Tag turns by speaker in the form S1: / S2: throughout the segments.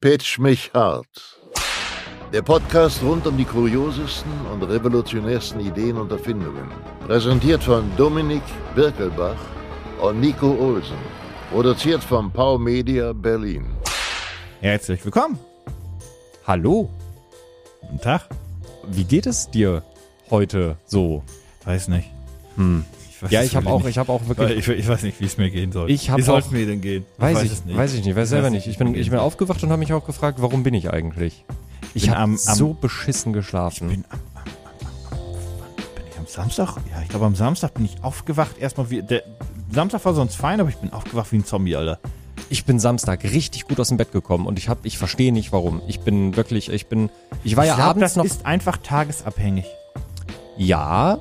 S1: Pitch mich hart. Der Podcast rund um die kuriosesten und revolutionärsten Ideen und Erfindungen. Präsentiert von Dominik Birkelbach und Nico Olsen. Produziert von Pau Media Berlin.
S2: Herzlich willkommen.
S3: Hallo,
S2: Guten Tag.
S3: wie geht es dir heute so?
S2: Weiß nicht.
S3: Hm.
S2: Ich weiß
S3: Ja,
S2: es
S3: ich habe
S2: wirklich
S3: auch, ich habe auch
S2: nicht.
S3: wirklich,
S2: Ich, ich weiß nicht, wie es mir gehen soll.
S3: Ich hab
S2: wie soll es
S3: auch-
S2: mir denn gehen?
S3: weiß, ich, weiß ich nicht, weiß selber
S2: weiß
S3: nicht. Ich bin, ich bin aufgewacht und habe mich auch gefragt, warum bin ich eigentlich? Ich
S2: Bin
S3: habe
S2: am- am-
S3: so beschissen geschlafen.
S2: bin am, am, am, am, wann bin ich am Samstag? Ja, ich glaube, am Samstag bin ich aufgewacht. Erstmal wie. Der, Samstag war sonst fein, aber ich bin aufgewacht wie ein Zombie, Alter.
S3: ich bin Samstag richtig gut aus dem Bett gekommen und ich habe, ich verstehe nicht warum. Ich bin wirklich, ich bin, ich war ja
S2: ich glaub,
S3: abends
S2: das
S3: noch,
S2: ist einfach tagesabhängig.
S3: ja,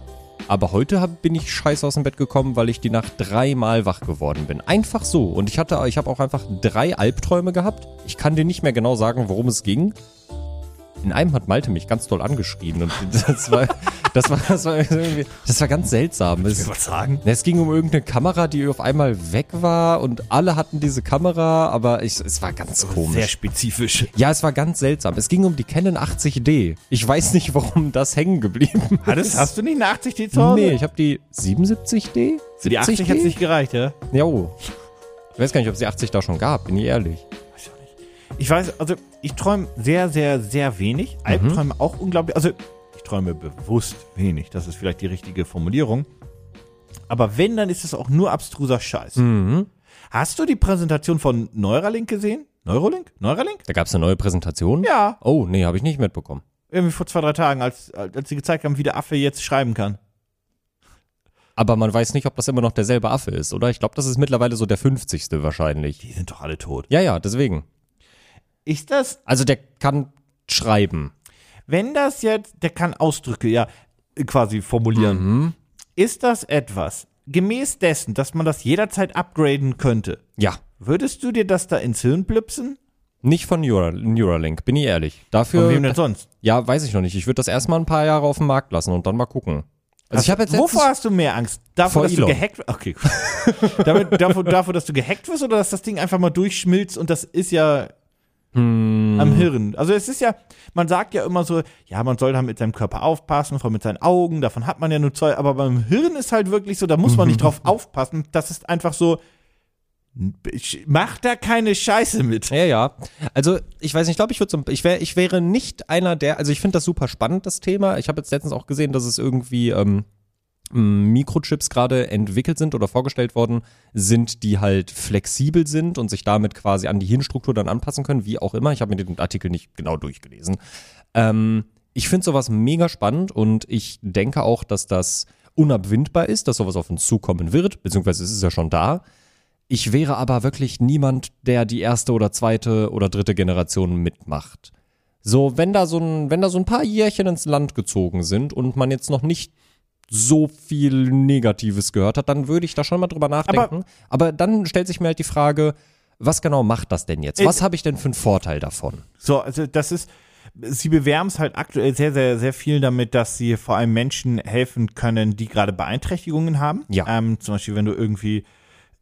S3: aber heute hab, bin ich scheiße aus dem Bett gekommen, weil ich die Nacht dreimal wach geworden bin. Einfach so. Und ich hatte, ich habe auch einfach drei Albträume gehabt. Ich kann dir nicht mehr genau sagen, worum es ging. In einem hat Malte mich ganz toll angeschrien und das war, das war, das war irgendwie, das war ganz seltsam. Es-
S2: was sagen?
S3: na, Es ging um irgendeine Kamera, die auf einmal weg war und alle hatten diese Kamera, aber ich, es war ganz komisch.
S2: Sehr spezifisch.
S3: Ja, es war ganz seltsam. Es ging um die Canon 80D. Ich weiß nicht, warum das hängen geblieben
S2: Hattest,
S3: ist.
S2: hast du nicht eine 80 D zu Hause?
S3: Nee, ich habe die 77D?
S2: Für die 80 hat nicht gereicht, ja?
S3: Jo. Ich weiß gar nicht, ob es die 80 da schon gab, bin ich ehrlich.
S2: Weiß ich auch nicht. Ich weiß, also ich träume sehr, sehr, sehr wenig. Albträume auch unglaublich. Also ich träume bewusst wenig. Das ist vielleicht die richtige Formulierung. Aber wenn, dann ist es auch nur abstruser Scheiß. Hast du die Präsentation von Neuralink gesehen? Neuralink? Neuralink?
S3: Da gab es eine neue Präsentation?
S2: Ja.
S3: Oh, nee, habe ich nicht mitbekommen.
S2: Irgendwie vor zwei, drei Tagen, als, als sie gezeigt haben, wie der Affe jetzt schreiben kann.
S3: Aber man weiß nicht, ob das immer noch derselbe Affe ist, oder? Ich glaube, das ist mittlerweile so der 50. wahrscheinlich.
S2: Die sind doch alle tot.
S3: Ja, ja, deswegen.
S2: Ist das
S3: Also der kann schreiben.
S2: Wenn das jetzt, der kann Ausdrücke ja äh, quasi formulieren. Ist das etwas, gemäß dessen, dass man das jederzeit upgraden könnte,
S3: Ja.
S2: würdest du dir das da ins Hirn blipsen?
S3: Nicht von Neural Neuralink, bin ich ehrlich. Dafür.
S2: Von wem denn sonst?
S3: Ja, weiß ich noch nicht. Ich würde das erstmal ein paar Jahre auf dem Markt lassen und dann mal gucken. Also ich habe jetzt
S2: Wovor
S3: letztens-
S2: hast du mehr Angst? Davor,
S3: Vor
S2: dass du
S3: Elon.
S2: gehackt wirst? Okay, gut. Damit, davor, davor, dass du gehackt wirst oder dass das Ding einfach mal durchschmilzt und das ist ja
S3: Hm. Mhm.
S2: am Hirn. Also es ist ja, man sagt ja immer so, ja, man soll da mit seinem Körper aufpassen, vor allem mit seinen Augen, davon hat man ja nur Zeug, aber beim Hirn ist halt wirklich so, da muss man nicht drauf aufpassen. Das ist einfach so, sch- mach da keine Scheiße mit.
S3: ja, ja. Also ich weiß nicht, ich glaube, ich würde so, ich wäre, ich wäre nicht einer der, also ich finde das super spannend, das Thema. Ich habe jetzt letztens auch gesehen, dass es irgendwie ähm, m, Mikrochips gerade entwickelt sind oder vorgestellt worden sind, die halt flexibel sind und sich damit quasi an die Hirnstruktur dann anpassen können, wie auch immer. Ich habe mir den Artikel nicht genau durchgelesen. Ähm, ich finde sowas mega spannend und ich denke auch, dass das unabwindbar ist, dass sowas auf uns zukommen wird, beziehungsweise es ist ja schon da. Ich wäre aber wirklich niemand, der die erste oder zweite oder dritte Generation mitmacht. So, wenn da so ein, wenn da so ein paar Jährchen ins Land gezogen sind und man jetzt noch nicht so viel Negatives gehört hat, dann würde ich da schon mal drüber nachdenken. Aber, dann stellt sich mir halt die Frage, was genau macht das denn
S2: Äh,
S3: jetzt? Was habe ich denn für einen Vorteil davon?
S2: So, also das ist, sie bewerben es halt aktuell sehr, sehr, sehr viel damit, dass sie vor allem Menschen helfen können, die gerade Beeinträchtigungen haben.
S3: Ja.
S2: Ähm, zum Beispiel, wenn du irgendwie,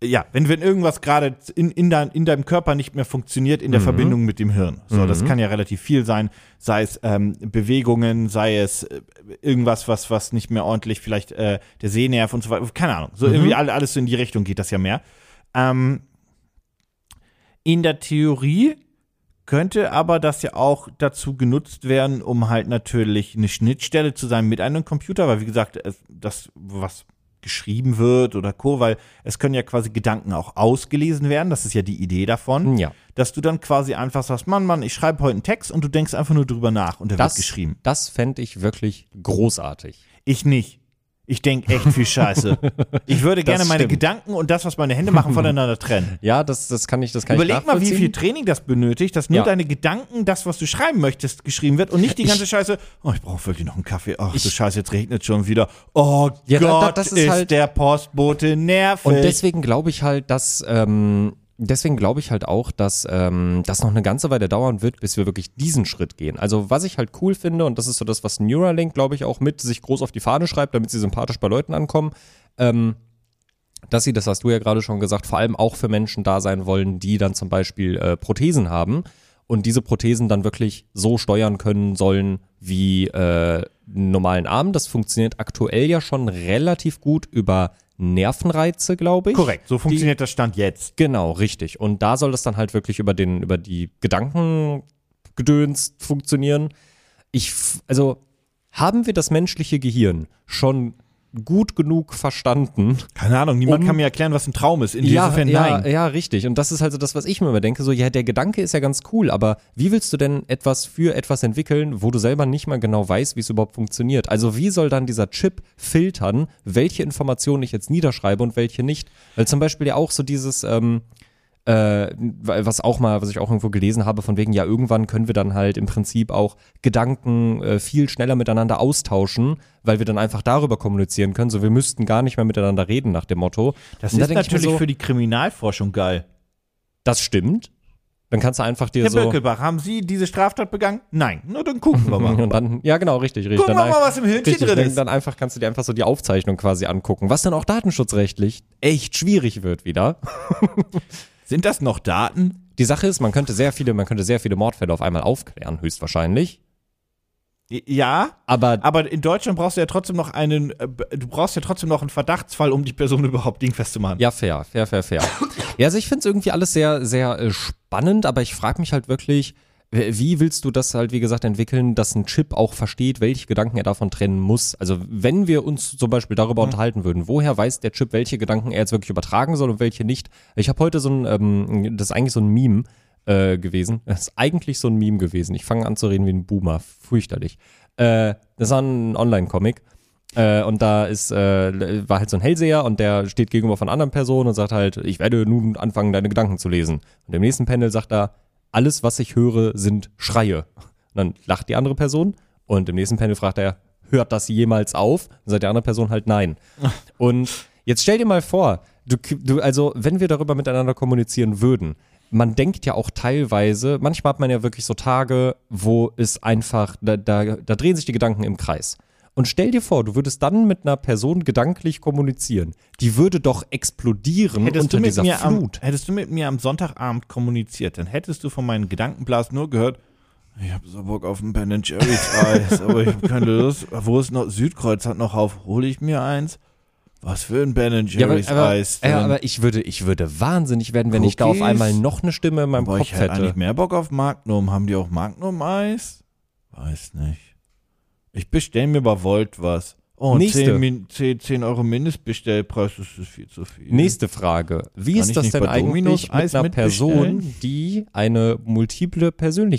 S2: ja, wenn, wenn irgendwas gerade in, in, dein, in deinem Körper nicht mehr funktioniert in der Verbindung mit dem Hirn. So, das kann ja relativ viel sein, sei es ähm, Bewegungen, sei es äh, irgendwas, was, was nicht mehr ordentlich, vielleicht äh, der Sehnerv und so weiter, keine Ahnung. So irgendwie alle, alles so in die Richtung geht das ja mehr. Ähm, in der Theorie könnte aber das ja auch dazu genutzt werden, um halt natürlich eine Schnittstelle zu sein mit einem Computer, weil wie gesagt, es- das, was geschrieben wird oder Co., weil es können ja quasi Gedanken auch ausgelesen werden, das ist ja die Idee davon,
S3: Hm, Ja.
S2: dass du dann quasi einfach sagst, Mann, Mann, ich schreibe heute einen Text und du denkst einfach nur drüber nach und der
S3: Das,
S2: wird geschrieben.
S3: das fände ich wirklich großartig.
S2: Ich nicht. Ich denke echt viel Scheiße. Ich würde gerne meine
S3: stimmt.
S2: Gedanken und das, was meine Hände machen, voneinander trennen.
S3: Ja, das, das kann ich, das kann ich
S2: Überleg mal, wie
S3: nachvollziehen.
S2: viel Training das benötigt, dass nur
S3: Ja.
S2: deine Gedanken, das, was du schreiben möchtest, geschrieben wird und nicht die
S3: Ich-
S2: ganze Scheiße, oh, ich brauche wirklich noch einen Kaffee, ach du
S3: Ich-
S2: Scheiße, jetzt regnet schon wieder. Oh
S3: Ja, da- da-
S2: Gott,
S3: das
S2: ist,
S3: ist halt-
S2: der Postbote nervig.
S3: Und deswegen glaube ich halt, dass ähm, deswegen glaube ich halt auch, dass ähm, das noch eine ganze Weile dauern wird, bis wir wirklich diesen Schritt gehen. Also was ich halt cool finde und das ist so das, was Neuralink glaube ich auch mit sich groß auf die Fahne schreibt, damit sie sympathisch bei Leuten ankommen, ähm, dass sie, das hast du ja gerade schon gesagt, vor allem auch für Menschen da sein wollen, die dann zum Beispiel äh, Prothesen haben. und diese Prothesen dann wirklich so steuern können sollen wie äh, einen normalen Arm. Das funktioniert aktuell ja schon relativ gut über Nervenreize, glaube ich.
S2: Korrekt, so funktioniert das Stand jetzt.
S3: Genau, richtig. Und da soll das dann halt wirklich über den, über die Gedankengedöns funktionieren. Ich, f- also, haben wir das menschliche Gehirn schon gut genug verstanden?
S2: Keine Ahnung, niemand
S3: Um-
S2: kann mir erklären, was ein Traum ist. Insofern
S3: ja,
S2: nein.
S3: ja, richtig. Und das ist also das, was ich mir immer denke. So, ja, der Gedanke ist ja ganz cool, aber wie willst du denn etwas für etwas entwickeln, wo du selber nicht mal genau weißt, wie es überhaupt funktioniert? Also wie soll dann dieser Chip filtern, welche Informationen ich jetzt niederschreibe und welche nicht? Weil zum Beispiel ja auch so dieses, ähm, äh, was auch mal, was ich auch irgendwo gelesen habe, von wegen, ja, irgendwann können wir dann halt im Prinzip auch Gedanken äh, viel schneller miteinander austauschen, weil wir dann einfach darüber kommunizieren können. So, wir müssten gar nicht mehr miteinander reden nach dem Motto.
S2: Das
S3: Und da
S2: ist
S3: denk ich mir
S2: natürlich
S3: so-
S2: für die Kriminalforschung geil.
S3: das stimmt, dann kannst du einfach dir
S2: Herr
S3: so.
S2: Birkelbach, haben Sie diese Straftat begangen? Nein. Na, dann gucken wir mal.
S3: Und dann, ja, genau, richtig, richtig.
S2: Gucken
S3: Dann
S2: wir mal,
S3: ein-
S2: was im Hühnchen
S3: richtig,
S2: drin
S3: dann,
S2: ist.
S3: Dann einfach kannst du dir einfach so die Aufzeichnung quasi angucken, was dann auch datenschutzrechtlich echt schwierig wird wieder.
S2: Sind das noch Daten?
S3: Die Sache ist, man könnte sehr viele, man könnte sehr viele Mordfälle auf einmal aufklären, höchstwahrscheinlich.
S2: Ja,
S3: Aber
S2: aber in Deutschland brauchst du ja trotzdem noch einen, äh, du brauchst ja trotzdem noch einen Verdachtsfall, um die Person überhaupt dingfest zu machen.
S3: Ja, fair, fair, fair, fair. ja, also ich finde es irgendwie alles sehr, sehr äh, spannend, aber ich frage mich halt wirklich, w- wie willst du das halt, wie gesagt, entwickeln, dass ein Chip auch versteht, welche Gedanken er davon trennen muss? Also wenn wir uns zum Beispiel darüber unterhalten würden, woher weiß der Chip, welche Gedanken er jetzt wirklich übertragen soll und welche nicht? Ich habe heute so ein, ähm, das ist eigentlich so ein Meme äh, gewesen. Das ist eigentlich so ein Meme gewesen. Ich fange an zu reden wie ein Boomer. Fürchterlich. Äh, das war ein Online-Comic. Äh, und da ist, äh, war halt so ein Hellseher und der steht gegenüber von anderen Personen und sagt halt, ich werde nun anfangen, deine Gedanken zu lesen. Und im nächsten Panel sagt er, alles, was ich höre, sind Schreie. Und dann lacht die andere Person und im nächsten Panel fragt er, hört das jemals auf? Und sagt die andere Person halt nein. Und jetzt stell dir mal vor, du, du, also wenn wir darüber miteinander kommunizieren würden, man denkt ja auch teilweise, manchmal hat man ja wirklich so Tage, wo es einfach, da, da, da drehen sich die Gedanken im Kreis. Und stell dir vor, du würdest dann mit einer Person gedanklich kommunizieren. Die würde doch explodieren
S2: Hättest
S3: unter
S2: du, mit
S3: dieser
S2: mir am,
S3: Flut.
S2: hättest du mit mir am Sonntagabend kommuniziert, dann hättest du von meinen Gedankenblasen nur gehört, ich habe so Bock auf ein Ben Jerry's Eis, aber ich habe keine Lust. Wo ist noch Südkreuz hat noch auf, hole ich mir eins? Was für ein Ben Jerry's
S3: aber, aber,
S2: Eis.
S3: ja,
S2: denn?
S3: aber ich würde, ich würde wahnsinnig werden, wenn ich da auf
S2: Cookies?
S3: einmal noch eine Stimme in meinem
S2: Boah,
S3: Kopf
S2: ich hätte
S3: hätte.
S2: eigentlich mehr Bock auf Magnum. Haben die auch Magnum-Eis? Weiß nicht. Ich bestelle mir bei Volt was. Oh,
S3: Nächste.
S2: 10, Min- 10, 10 Euro Mindestbestellpreis, das ist viel zu viel.
S3: Nächste Frage. Wie
S2: Kann ich
S3: ist das
S2: nicht
S3: denn
S2: bei Domino's
S3: eigentlich mit
S2: Eis
S3: einer Person,
S2: mitbestellen?
S3: die eine multiple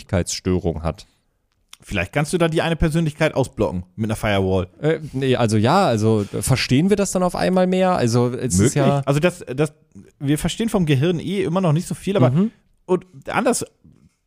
S3: Persönlichkeitsstörung hat?
S2: Vielleicht kannst du da die eine Persönlichkeit ausblocken mit einer Firewall.
S3: Äh, nee, also ja, also äh, verstehen wir das dann auf einmal mehr? Also es ist ja.
S2: Also das, das, wir verstehen vom Gehirn eh immer noch nicht so viel, aber
S3: Mhm.
S2: und anders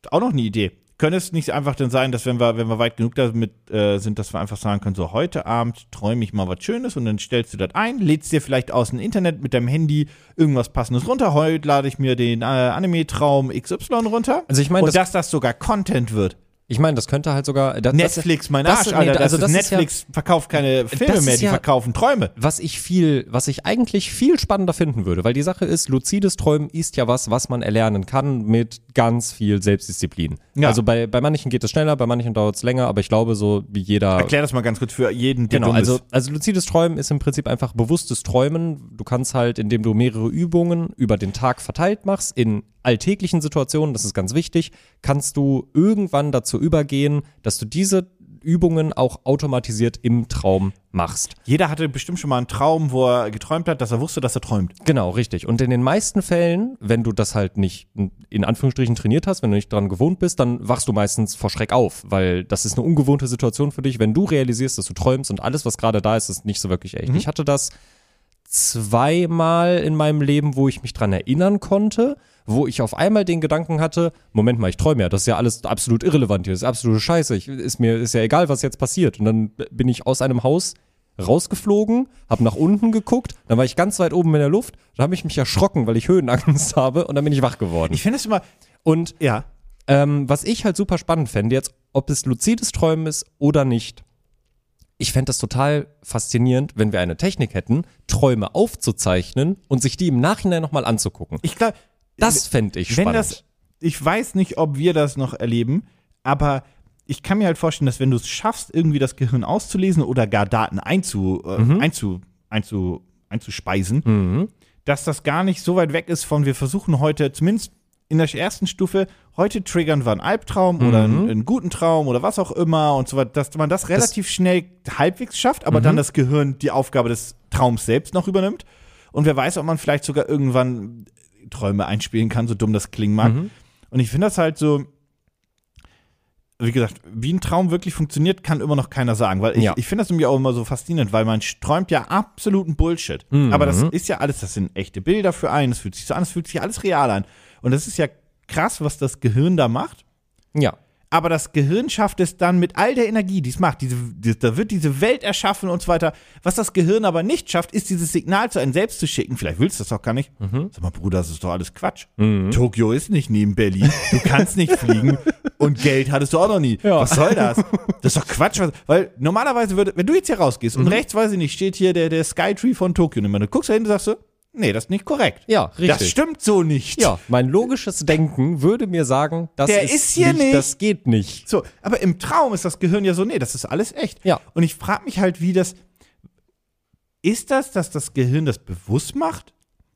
S2: auch noch eine Idee. Könnte es nicht einfach denn sein, dass wenn wir, wenn wir weit genug damit äh, sind, dass wir einfach sagen können, so heute Abend träume ich mal was Schönes und dann stellst du das ein, lädst dir vielleicht aus dem Internet mit deinem Handy irgendwas Passendes runter. Heute lade ich mir den äh, Anime-Traum XY runter.
S3: Also ich meine,
S2: und dass
S3: das,
S2: das sogar Content wird.
S3: ich meine, das könnte halt sogar. Das, das,
S2: Netflix, mein
S3: das-
S2: Arsch,
S3: nee,
S2: Alter. das
S3: also
S2: ist
S3: das ist ja-
S2: Netflix verkauft keine Filme
S3: ist
S2: mehr, die
S3: ja- Genau.
S2: verkaufen Träume.
S3: was ich viel, was ich eigentlich viel spannender finden würde, weil die Sache ist, luzides Träumen ist ja was, was man erlernen kann mit ganz viel Selbstdisziplin.
S2: Ja.
S3: Also bei, bei manchen geht es schneller, bei manchen dauert es länger, aber ich glaube, so wie jeder.
S2: Erklär das mal ganz kurz für jeden, der
S3: Genau,
S2: dumm
S3: also,
S2: ist.
S3: also luzides Träumen ist im Prinzip einfach bewusstes Träumen. Du kannst halt, indem du mehrere Übungen über den Tag verteilt machst, in alltäglichen Situationen, das ist ganz wichtig, kannst du irgendwann dazu übergehen, dass du diese Übungen auch automatisiert im Traum machst.
S2: Jeder hatte bestimmt schon mal einen Traum, wo er geträumt hat, dass er wusste, dass er träumt.
S3: Genau, richtig. Und in den meisten Fällen, wenn du das halt nicht in Anführungsstrichen trainiert hast, wenn du nicht dran gewohnt bist, dann wachst du meistens vor Schreck auf, weil das ist eine ungewohnte Situation für dich, wenn du realisierst, dass du träumst und alles, was gerade da ist, ist nicht so wirklich echt. Ich hatte das zweimal in meinem Leben, wo ich mich dran erinnern konnte, wo ich auf einmal den Gedanken hatte, Moment mal, ich träume ja, das ist ja alles absolut irrelevant hier, das ist absolute Scheiße, ich, ist mir ist ja egal, was jetzt passiert. Und dann b- bin ich aus einem Haus rausgeflogen, habe nach unten geguckt, dann war ich ganz weit oben in der Luft, dann habe ich mich erschrocken, weil ich Höhenangst habe und dann bin ich wach geworden.
S2: Ich finde es immer,
S3: Und
S2: ja,
S3: ähm, was ich halt super spannend fände, jetzt, ob es luzides Träumen ist oder nicht. Ich fände das total faszinierend, wenn wir eine Technik hätten, Träume aufzuzeichnen und sich die im Nachhinein nochmal anzugucken.
S2: ich glaube,
S3: Das fände ich
S2: wenn
S3: spannend.
S2: das, ich weiß nicht, ob wir das noch erleben, aber ich kann mir halt vorstellen, dass wenn du es schaffst, irgendwie das Gehirn auszulesen oder gar Daten einzu, äh, einzu, einzu, einzuspeisen, dass das gar nicht so weit weg ist von, wir versuchen heute, zumindest in der ersten Stufe, heute triggern wir einen Albtraum oder einen, einen guten Traum oder was auch immer und so weiter, dass man das relativ schnell halbwegs schafft, aber dann das Gehirn die Aufgabe des Traums selbst noch übernimmt. Und wer weiß, ob man vielleicht sogar irgendwann Träume einspielen kann, so dumm das klingen mag. Und ich finde das halt so, wie gesagt, wie ein Traum wirklich funktioniert, kann immer noch keiner sagen, weil ich,
S3: Ja.
S2: ich finde das irgendwie auch immer so faszinierend, weil man träumt ja absoluten Bullshit. Aber das ist ja alles, das sind echte Bilder für einen, es fühlt sich so an, es fühlt sich alles real an. Und das ist ja krass, was das Gehirn da macht.
S3: Ja.
S2: Aber das Gehirn schafft es dann mit all der Energie, die es macht, diese, die, da wird diese Welt erschaffen und so weiter. Was das Gehirn aber nicht schafft, ist dieses Signal zu einem selbst zu schicken. Vielleicht willst du das auch gar nicht.
S3: Mhm.
S2: Sag mal, Bruder, das ist doch alles Quatsch. Tokio ist nicht neben Berlin. Du kannst nicht fliegen und Geld hattest du auch noch nie.
S3: Ja.
S2: Was soll das? Das ist doch Quatsch. Was, weil normalerweise würde, wenn du jetzt hier rausgehst
S3: Mhm.
S2: und rechts, weiß ich nicht, steht hier der, der Skytree von Tokio. Und du guckst da hin und sagst so, nee, das ist nicht korrekt.
S3: Ja, richtig.
S2: Das stimmt so nicht.
S3: Ja, mein logisches Denken würde mir sagen, das
S2: Der ist hier nicht.
S3: das geht nicht.
S2: So, aber im Traum ist das Gehirn ja so, nee, das ist alles echt.
S3: Ja.
S2: Und ich frage mich halt, wie das. Ist das, dass das Gehirn das bewusst macht?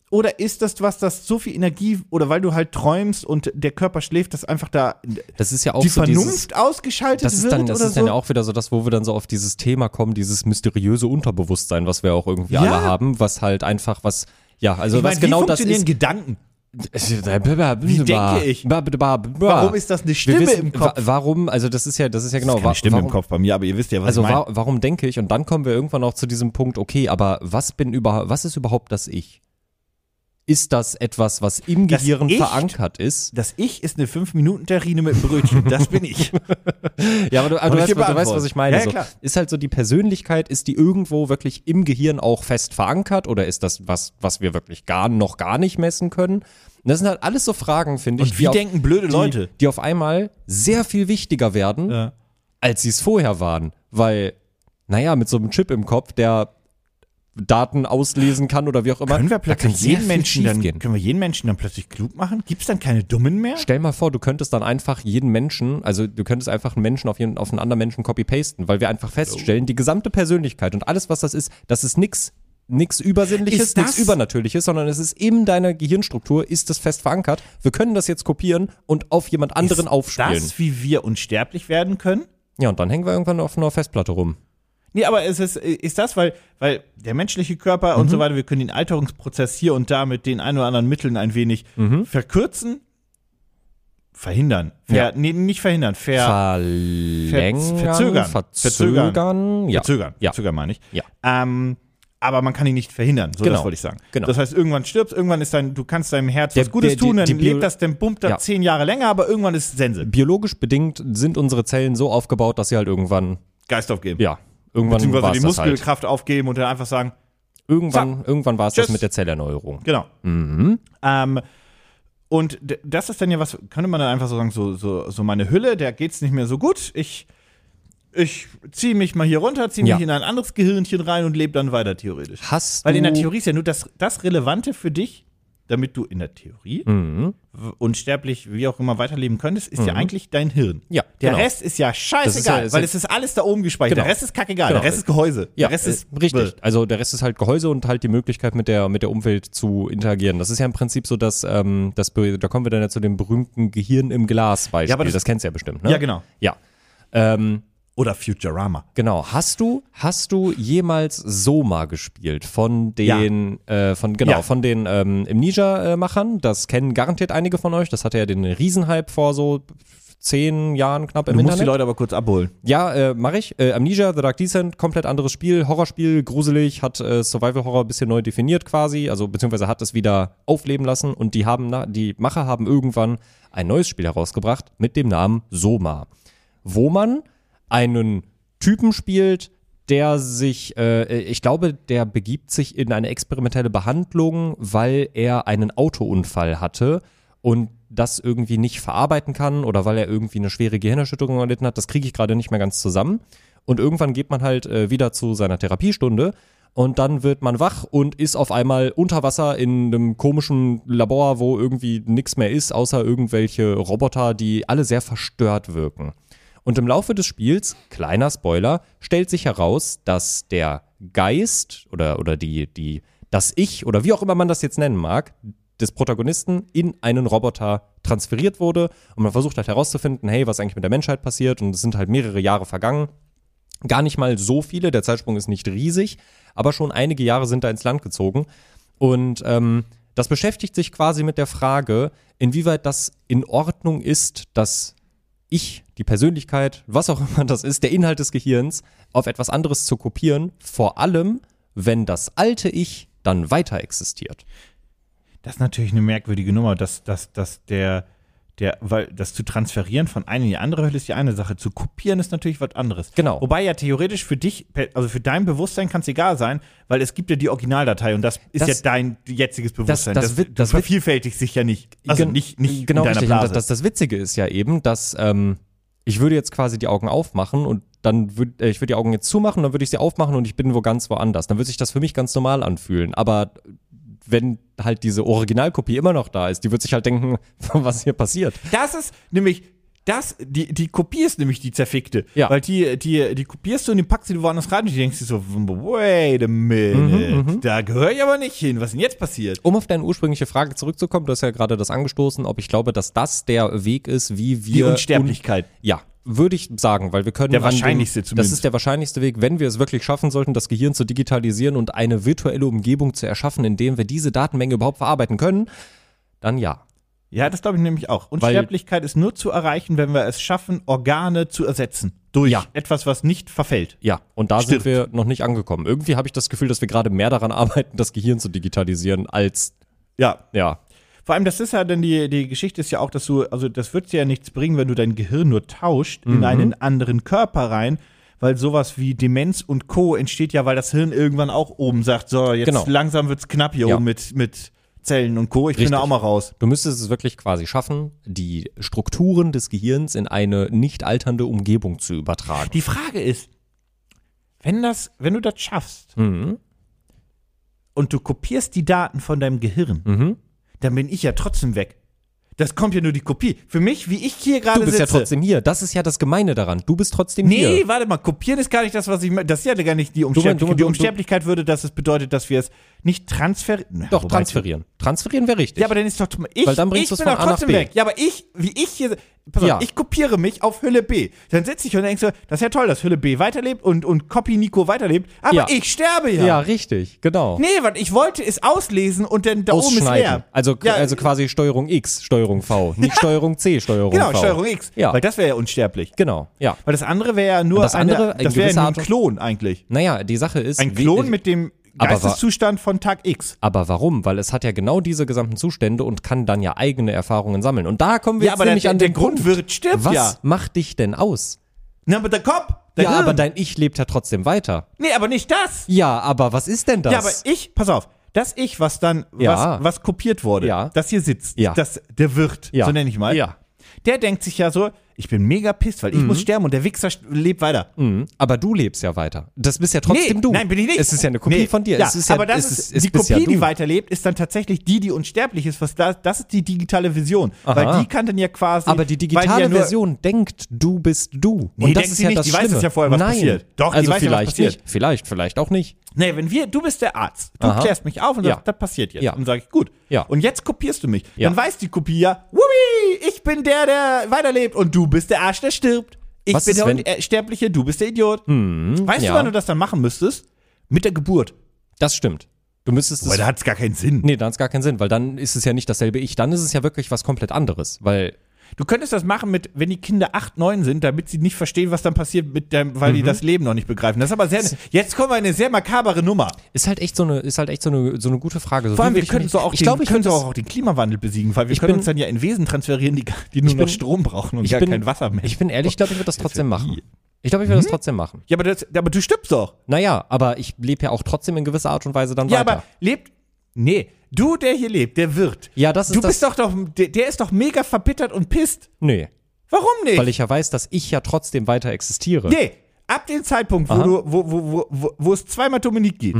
S2: Oder ist das was, das so viel Energie oder weil du halt träumst und der Körper schläft, dass einfach da
S3: Das ist ja auch
S2: die
S3: so
S2: Vernunft
S3: dieses
S2: ausgeschaltet
S3: das ist
S2: wird
S3: dann, das
S2: oder
S3: ist
S2: so?
S3: dann ja auch wieder so das, wo wir dann so auf dieses Thema kommen, dieses mysteriöse Unterbewusstsein, was wir auch irgendwie
S2: Ja.
S3: alle haben, was halt einfach was, ja, also
S2: ich meine,
S3: was
S2: wie
S3: genau das
S2: funktionieren
S3: ist.
S2: Gedanken?
S3: Wie
S2: denke ich?
S3: Warum
S2: Warum ist das eine Stimme im Kopf?
S3: Warum, also das ist ja, das ist ja genau.
S2: Keine
S3: wa-
S2: Stimme
S3: warum,
S2: im Kopf bei mir, aber ihr wisst ja, was
S3: Also
S2: ich meine.
S3: wa warum denke ich? Und dann kommen wir irgendwann auch zu diesem Punkt, okay, aber was bin über, was ist überhaupt das Ich? Ist das etwas, was im
S2: Das
S3: Gehirn
S2: Ich?
S3: verankert ist?
S2: Das Ich ist eine 5-Minuten-Terrine mit einem Brötchen. Das bin ich. Äh,
S3: Ja, aber du, aber
S2: Soll
S3: du,
S2: ich dir
S3: weißt, was- du weißt,
S2: beantworten?
S3: was ich meine.
S2: Ja, ja,
S3: so.
S2: klar.
S3: Ist halt so die Persönlichkeit, ist die irgendwo wirklich im Gehirn auch fest verankert oder ist das was, was wir wirklich gar, noch gar nicht messen können? Und das sind halt alles so Fragen, finde ich,
S2: Und wie
S3: auf-
S2: denken blöde
S3: die,
S2: Leute?
S3: die auf einmal sehr viel wichtiger werden,
S2: Ja.
S3: als sie es vorher waren. Weil, naja, mit so einem Chip im Kopf, der Daten auslesen kann oder wie auch immer.
S2: Können wir
S3: da kann
S2: plötzlich
S3: sehr
S2: jeden
S3: viel
S2: Menschen dann,
S3: schiefgehen.
S2: können wir jeden Menschen dann plötzlich klug machen? Gibt es dann keine Dummen mehr?
S3: Stell mal vor, du könntest dann einfach jeden Menschen, also du könntest einfach einen Menschen auf, jeden, auf einen anderen Menschen copy-pasten, weil wir einfach feststellen, die gesamte Persönlichkeit und alles, was das ist, das ist nix, nix Übersinnliches,
S2: Ist das-
S3: nix Übernatürliches, sondern es ist in deiner Gehirnstruktur, ist das fest verankert. Wir können das jetzt kopieren und auf jemand anderen aufspielen.
S2: Das, wie wir unsterblich werden können?
S3: Ja, und dann hängen wir irgendwann auf einer Festplatte rum.
S2: Nee, aber ist, es, ist das, weil, weil der menschliche Körper
S3: Mhm.
S2: und so weiter, wir können den Alterungsprozess hier und da mit den ein oder anderen Mitteln ein wenig
S3: Mhm.
S2: verkürzen, verhindern. Ver,
S3: Ja.
S2: Nee, nicht verhindern, ver,
S3: Verlängern,
S2: verzögern.
S3: verzögern, ja.
S2: verzögern.
S3: Ja.
S2: Verzögern meine ich.
S3: Ja.
S2: Ähm, aber man kann ihn nicht verhindern, so
S3: Genau.
S2: das wollte ich sagen.
S3: Genau.
S2: Das heißt, irgendwann stirbst, irgendwann ist dein, du kannst deinem Herz
S3: Der-
S2: was Gutes
S3: der- die-
S2: tun, dann
S3: die Bio-
S2: lebt das, dann pumpt das
S3: Ja.
S2: zehn Jahre länger, aber irgendwann ist Sense.
S3: Biologisch bedingt sind unsere Zellen so aufgebaut, dass sie halt irgendwann,
S2: Geist aufgeben.
S3: ja, irgendwann war
S2: Beziehungsweise
S3: es
S2: die
S3: das halt.
S2: Muskelkraft aufgeben und dann einfach sagen,
S3: Irgendwann, irgendwann war es das
S2: Tschüss.
S3: mit der Zellerneuerung.
S2: Genau.
S3: Mhm.
S2: Ähm, und d- das ist dann ja was, könnte man dann einfach so sagen, so, so, so meine Hülle, der geht's nicht mehr so gut. Ich, ich ziehe mich mal hier runter, ziehe mich
S3: Ja.
S2: in ein anderes Gehirnchen rein und lebe dann weiter theoretisch.
S3: Hast
S2: Weil in der
S3: du-
S2: Theorie ist ja nur das, das Relevante für dich, damit du in der Theorie
S3: Mhm.
S2: w- unsterblich, wie auch immer, weiterleben könntest, ist ja eigentlich dein Hirn.
S3: Ja,
S2: Der
S3: genau.
S2: Rest ist ja
S3: Das ist ja-
S2: scheißegal,
S3: ist ja-
S2: weil es ist alles da oben gespeichert.
S3: Genau.
S2: Der Rest ist kackegal,
S3: Genau.
S2: der Rest ist Gehäuse.
S3: Ja,
S2: der Rest
S3: äh,
S2: ist
S3: richtig. Also der Rest ist halt Gehäuse und halt die Möglichkeit mit der mit der Umwelt zu interagieren. Das ist ja im Prinzip so, dass ähm, das be- da kommen wir dann ja zu dem berühmten Gehirn im Glas Beispiel.
S2: Ja, aber
S3: das,
S2: das-
S3: kennst du ja bestimmt. Ne?
S2: Ja, genau.
S3: Ja. Ähm,
S2: Oder Futurama.
S3: genau. Hast du hast du jemals Soma gespielt von den äh, von genau
S2: Ja.
S3: von den ähm, Amnesia äh, Machern? Das kennen garantiert einige von euch. Das hatte ja den Riesenhype vor so zehn Jahren knapp im
S2: Du musst die
S3: Internet.
S2: Leute aber kurz abholen.
S3: Ja, äh, mache ich. Äh, Amnesia, The Dark Descent, komplett anderes Spiel, Horrorspiel, gruselig, hat äh, Survival Horror ein bisschen neu definiert quasi, also beziehungsweise hat es wieder aufleben lassen und die haben na, die Macher haben irgendwann ein neues Spiel herausgebracht mit dem Namen Soma, wo man einen Typen spielt, der sich, äh, ich glaube, der begibt sich in eine experimentelle Behandlung, weil er einen Autounfall hatte und das irgendwie nicht verarbeiten kann oder weil er irgendwie eine schwere Gehirnerschütterung erlitten hat. Das kriege ich gerade nicht mehr ganz zusammen. Und irgendwann geht man halt äh, wieder zu seiner Therapiestunde Und dann wird man wach und ist auf einmal unter Wasser in einem komischen Labor, wo irgendwie nichts mehr ist, außer irgendwelche Roboter, die alle sehr verstört wirken. Und im Laufe des Spiels, kleiner Spoiler, stellt sich heraus, dass der Geist oder, oder die, die, das Ich oder wie auch immer man das jetzt nennen mag, des Protagonisten in einen Roboter transferiert wurde. Und man versucht halt herauszufinden, hey, was eigentlich mit der Menschheit passiert. Und es sind halt mehrere Jahre vergangen. Gar nicht mal so viele, der Zeitsprung ist nicht riesig, aber schon einige Jahre sind da ins Land gezogen. Und ähm, das beschäftigt sich quasi mit der Frage, inwieweit das in Ordnung ist, dass ich, die Persönlichkeit, was auch immer das ist, der Inhalt des Gehirns, auf etwas anderes zu kopieren, vor allem, wenn das alte Ich dann weiter existiert.
S2: Das ist natürlich eine merkwürdige Nummer, dass, dass, dass der, der, weil das zu transferieren von einer in die andere Hülle ist die eine Sache, zu kopieren ist natürlich was anderes.
S3: Genau.
S2: Wobei ja theoretisch für dich, per- also für dein Bewusstsein kann es egal sein, weil es gibt ja die Originaldatei und das ist
S3: Das-
S2: ja dein jetziges Bewusstsein.
S3: das wird- das
S2: du
S3: wird-
S2: vervielfältigt sich ja nicht. Also
S3: Gen-
S2: nicht, nicht
S3: genau
S2: in deiner
S3: richtig. Und
S2: Blase.
S3: Das, das, das Witzige ist ja eben, dass ähm, ich würde jetzt quasi die Augen aufmachen und dann würde äh, ich würde die Augen jetzt zumachen, dann würde ich sie aufmachen und ich bin wo ganz woanders. Dann würde sich das für mich ganz normal anfühlen. Aber wenn halt diese Originalkopie immer noch da ist, die wird sich halt denken, was hier passiert.
S2: Das ist nämlich das, die, die Kopie ist nämlich die zerfickte.
S3: Ja.
S2: Weil die, die, die kopierst du und die packst du woanders rein und die denkst dir so, wait a minute, da gehöre ich aber nicht hin. Was ist denn jetzt passiert?
S3: Um auf deine ursprüngliche Frage zurückzukommen, du hast ja gerade das angestoßen, ob ich glaube, dass das der Weg ist, wie wir
S2: Die Unsterblichkeit.
S3: Ja, würde ich sagen, weil wir können.
S2: Der
S3: an dem-
S2: wahrscheinlichste zumindest.
S3: Das ist der wahrscheinlichste Weg, wenn wir es wirklich schaffen sollten, das Gehirn zu digitalisieren und eine virtuelle Umgebung zu erschaffen, indem wir diese Datenmenge überhaupt verarbeiten können, dann ja.
S2: Ja, das glaube ich nämlich auch. Unsterblichkeit ist nur zu erreichen, wenn wir es schaffen, Organe zu ersetzen. Durch
S3: Ja.
S2: etwas, was nicht verfällt.
S3: Ja, und da
S2: Stirbt.
S3: sind wir noch nicht angekommen. Irgendwie habe ich das Gefühl, dass wir gerade mehr daran arbeiten, das Gehirn zu digitalisieren, als
S2: Ja.
S3: ja.
S2: Vor allem, das ist ja dann die, die Geschichte ist ja auch, dass du, also das wird dir ja nichts bringen, wenn du dein Gehirn nur tauscht
S3: Mhm.
S2: in einen anderen Körper rein, weil sowas wie Demenz und Co. entsteht ja, weil das Hirn irgendwann auch oben sagt, so, jetzt
S3: Genau.
S2: langsam wird's knapp hier
S3: Ja.
S2: oben mit, mit Zellen und Co. Ich bin
S3: Richtig.
S2: da auch mal raus.
S3: Du müsstest es wirklich quasi schaffen, die Strukturen des Gehirns in eine nicht alternde Umgebung zu übertragen.
S2: Die Frage ist, wenn das, wenn du das schaffst,
S3: Mhm.
S2: und du kopierst die Daten von deinem Gehirn,
S3: Mhm.
S2: dann bin ich ja trotzdem weg. Das kommt ja nur die Kopie. Für mich, wie ich hier gerade
S3: Du bist
S2: sitze.
S3: ja trotzdem hier. Das ist ja das Gemeine daran. Du bist trotzdem hier.
S2: Nee, warte mal, kopieren ist gar nicht das, was ich meine. Das ist ja gar nicht die Unsterblichkeit.
S3: du-
S2: die
S3: du-
S2: Unsterblichkeit würde, dass es bedeutet, dass wir es nicht transferieren.
S3: Doch, transferieren. Transferieren wäre richtig.
S2: Ja, aber dann ist doch ich,
S3: Weil dann bringst
S2: ich
S3: du's
S2: bin
S3: von
S2: doch
S3: A nach
S2: trotzdem
S3: B.
S2: weg. Ja, aber ich, wie ich hier, pass
S3: Ja.
S2: auf, ich kopiere mich auf Hülle B. Dann sitze ich und denke so, das ist ja toll, dass Hülle B weiterlebt und, und Copy Nico weiterlebt, aber
S3: Ja.
S2: ich sterbe ja.
S3: ja. richtig, genau.
S2: Nee, was ich wollte, ist auslesen und dann da oben ist leer.
S3: Also,
S2: Ja,
S3: also quasi Steuerung X, Steuerung V. Nicht Steuerung C, Steuerung
S2: Genau,
S3: V.
S2: Steuerung X.
S3: Ja.
S2: Weil das wäre ja unsterblich.
S3: Genau, ja.
S2: Weil das andere wäre ja nur
S3: Und das
S2: eine,
S3: andere, in
S2: das wäre ja
S3: gewisser
S2: nur ein
S3: Art und-
S2: Klon eigentlich.
S3: Naja, die Sache ist.
S2: Ein
S3: wie- äh,
S2: Klon mit dem
S3: Aber wa-
S2: Geisteszustand von Tag X.
S3: Aber warum? Weil es hat ja genau diese gesamten Zustände und kann dann ja eigene Erfahrungen sammeln. Und da kommen wir jetzt nämlich an den Grund.
S2: Grundwirt stirbt
S3: Was
S2: ja.
S3: macht dich denn aus?
S2: Na, aber der Kopf. Der
S3: Ja,
S2: Hirn.
S3: aber dein Ich lebt ja trotzdem weiter.
S2: nee, aber nicht das.
S3: Ja, aber was ist denn das?
S2: Ja, aber ich, pass auf, das Ich, was dann,
S3: Ja.
S2: was, was kopiert wurde,
S3: Ja.
S2: das hier sitzt,
S3: Ja.
S2: das, der Wirt,
S3: Ja.
S2: so nenne ich mal,
S3: Ja. Mhm.
S2: der denkt sich ja so, ich bin mega pisst, weil ich muss sterben und der Wichser st- lebt weiter.
S3: Aber du lebst ja weiter. Das bist ja Mhm. trotzdem
S2: nee,
S3: du.
S2: Nein, bin ich nicht.
S3: Es ist ja eine Kopie
S2: Nee,
S3: von dir.
S2: Ja,
S3: es ist ja,
S2: aber das
S3: es
S2: ist,
S3: es
S2: die
S3: bist
S2: Kopie,
S3: ja du.
S2: die weiterlebt, ist dann tatsächlich die, die unsterblich ist. Was da, das ist die digitale Vision. Weil die kann dann ja quasi.
S3: Aber die
S2: weil
S3: digitale
S2: ja nur-
S3: Version denkt, du bist du.
S2: Nee, denkt sie nicht. Die weiß das ja vorher, was
S3: Nein.
S2: passiert. Doch, die weiß
S3: also
S2: ja, was
S3: vielleicht
S2: passiert.
S3: nicht. Vielleicht, vielleicht auch nicht.
S2: Nee, wenn wir, du bist der Arzt. Du
S3: Aha.
S2: klärst mich auf und sagst,
S3: Ja.
S2: das passiert jetzt.
S3: Ja.
S2: Und sage ich, gut.
S3: Ja.
S2: Und jetzt kopierst du mich.
S3: Ja.
S2: Dann weiß die Kopie ja, wuppi, ich bin der, der weiterlebt und du bist der Arsch, der stirbt. Ich
S3: Was
S2: bin
S3: ist,
S2: der
S3: wenn- Mhm,
S2: Unsterbliche, du bist der Idiot. weißt
S3: ja.
S2: du, wann du das dann machen müsstest? Mit der Geburt.
S3: Das stimmt. Du müsstest es.
S2: Weil da hat es gar keinen Sinn.
S3: nee, dann hat es gar keinen Sinn, weil dann ist es ja nicht dasselbe Ich. Dann ist es ja wirklich was komplett anderes. Weil,
S2: Du könntest das machen mit, wenn die Kinder 8, 9 sind, damit sie nicht verstehen, was dann passiert, mit dem, weil die
S3: Mhm.
S2: das Leben noch nicht begreifen. Das ist aber sehr, jetzt kommen wir in eine sehr makabere Nummer.
S3: ist halt echt so eine, ist halt echt so eine, so eine gute Frage. So,
S2: Vor allem,
S3: wie
S2: wir
S3: will ich
S2: können
S3: mich-
S2: so auch,
S3: ich
S2: den,
S3: glaube, ich
S2: können so
S3: würde
S2: auch den Klimawandel besiegen, weil wir können
S3: bin-
S2: uns dann ja in Wesen transferieren, die, gar- die nur
S3: Ich
S2: noch
S3: bin-
S2: Strom brauchen und
S3: Ich
S2: gar
S3: bin-
S2: kein Wasser mehr.
S3: das, ich bin ehrlich, ich glaube, ich würde das trotzdem machen. Ich glaube, ich
S2: Mhm.
S3: würde das trotzdem machen.
S2: ja, aber, das, aber du stirbst doch.
S3: Naja, aber ich lebe ja auch trotzdem in gewisser Art und Weise dann
S2: Ja,
S3: weiter.
S2: aber lebt. Nee, du, der hier lebt, der wird.
S3: Ja, das ist
S2: du
S3: das-
S2: bist doch doch, der, der ist doch mega verbittert und pisst.
S3: nee,
S2: Warum nicht?
S3: weil ich ja weiß, dass ich ja trotzdem weiter existiere.
S2: nee, ab dem Zeitpunkt, wo,
S3: Aha. Mhm.
S2: du, wo, wo, wo, wo, wo es zweimal Dominik geht,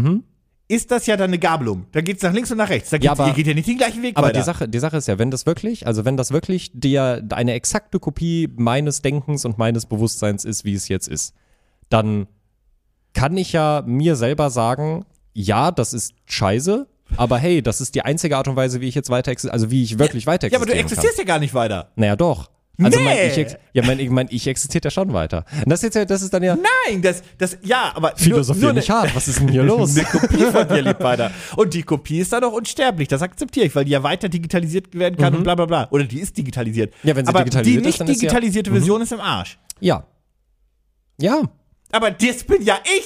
S2: ist das ja dann eine Gabelung. Da geht es nach links und nach rechts. Da geht,
S3: Ja, aber-
S2: ihr geht ja nicht den gleichen Weg
S3: Aber
S2: weiter.
S3: die Sache, die Sache ist ja, wenn das wirklich, also wenn das wirklich dir eine exakte Kopie meines Denkens und meines Bewusstseins ist, wie es jetzt ist, dann kann ich ja mir selber sagen, ja, das ist scheiße, aber hey, das ist die einzige Art und Weise, wie ich jetzt weiter existiere, also wie ich wirklich weiter
S2: ja, aber du
S3: existieren kann.
S2: existierst ja gar nicht weiter.
S3: Naja, doch. Also
S2: Nee.
S3: mein Ich, ex- ja, mein, ich- mein Ich existiert ja schon weiter. Und das ist jetzt ja, das ist dann ja
S2: Nein, das, das, ja, aber
S3: Philosophie
S2: ne-
S3: nicht hart. Was ist denn hier los?
S2: Eine Kopie von dir lebt weiter. Und die Kopie ist dann auch unsterblich. Das akzeptiere ich, weil die ja weiter digitalisiert werden kann und bla bla bla. Oder die ist digitalisiert.
S3: Mhm. Ja, wenn sie
S2: aber
S3: digitalisiert
S2: die
S3: ist,
S2: nicht
S3: dann ist sie ja- Mhm.
S2: digitalisierte Version ist im Arsch.
S3: Ja. Ja.
S2: Aber das bin ja ich.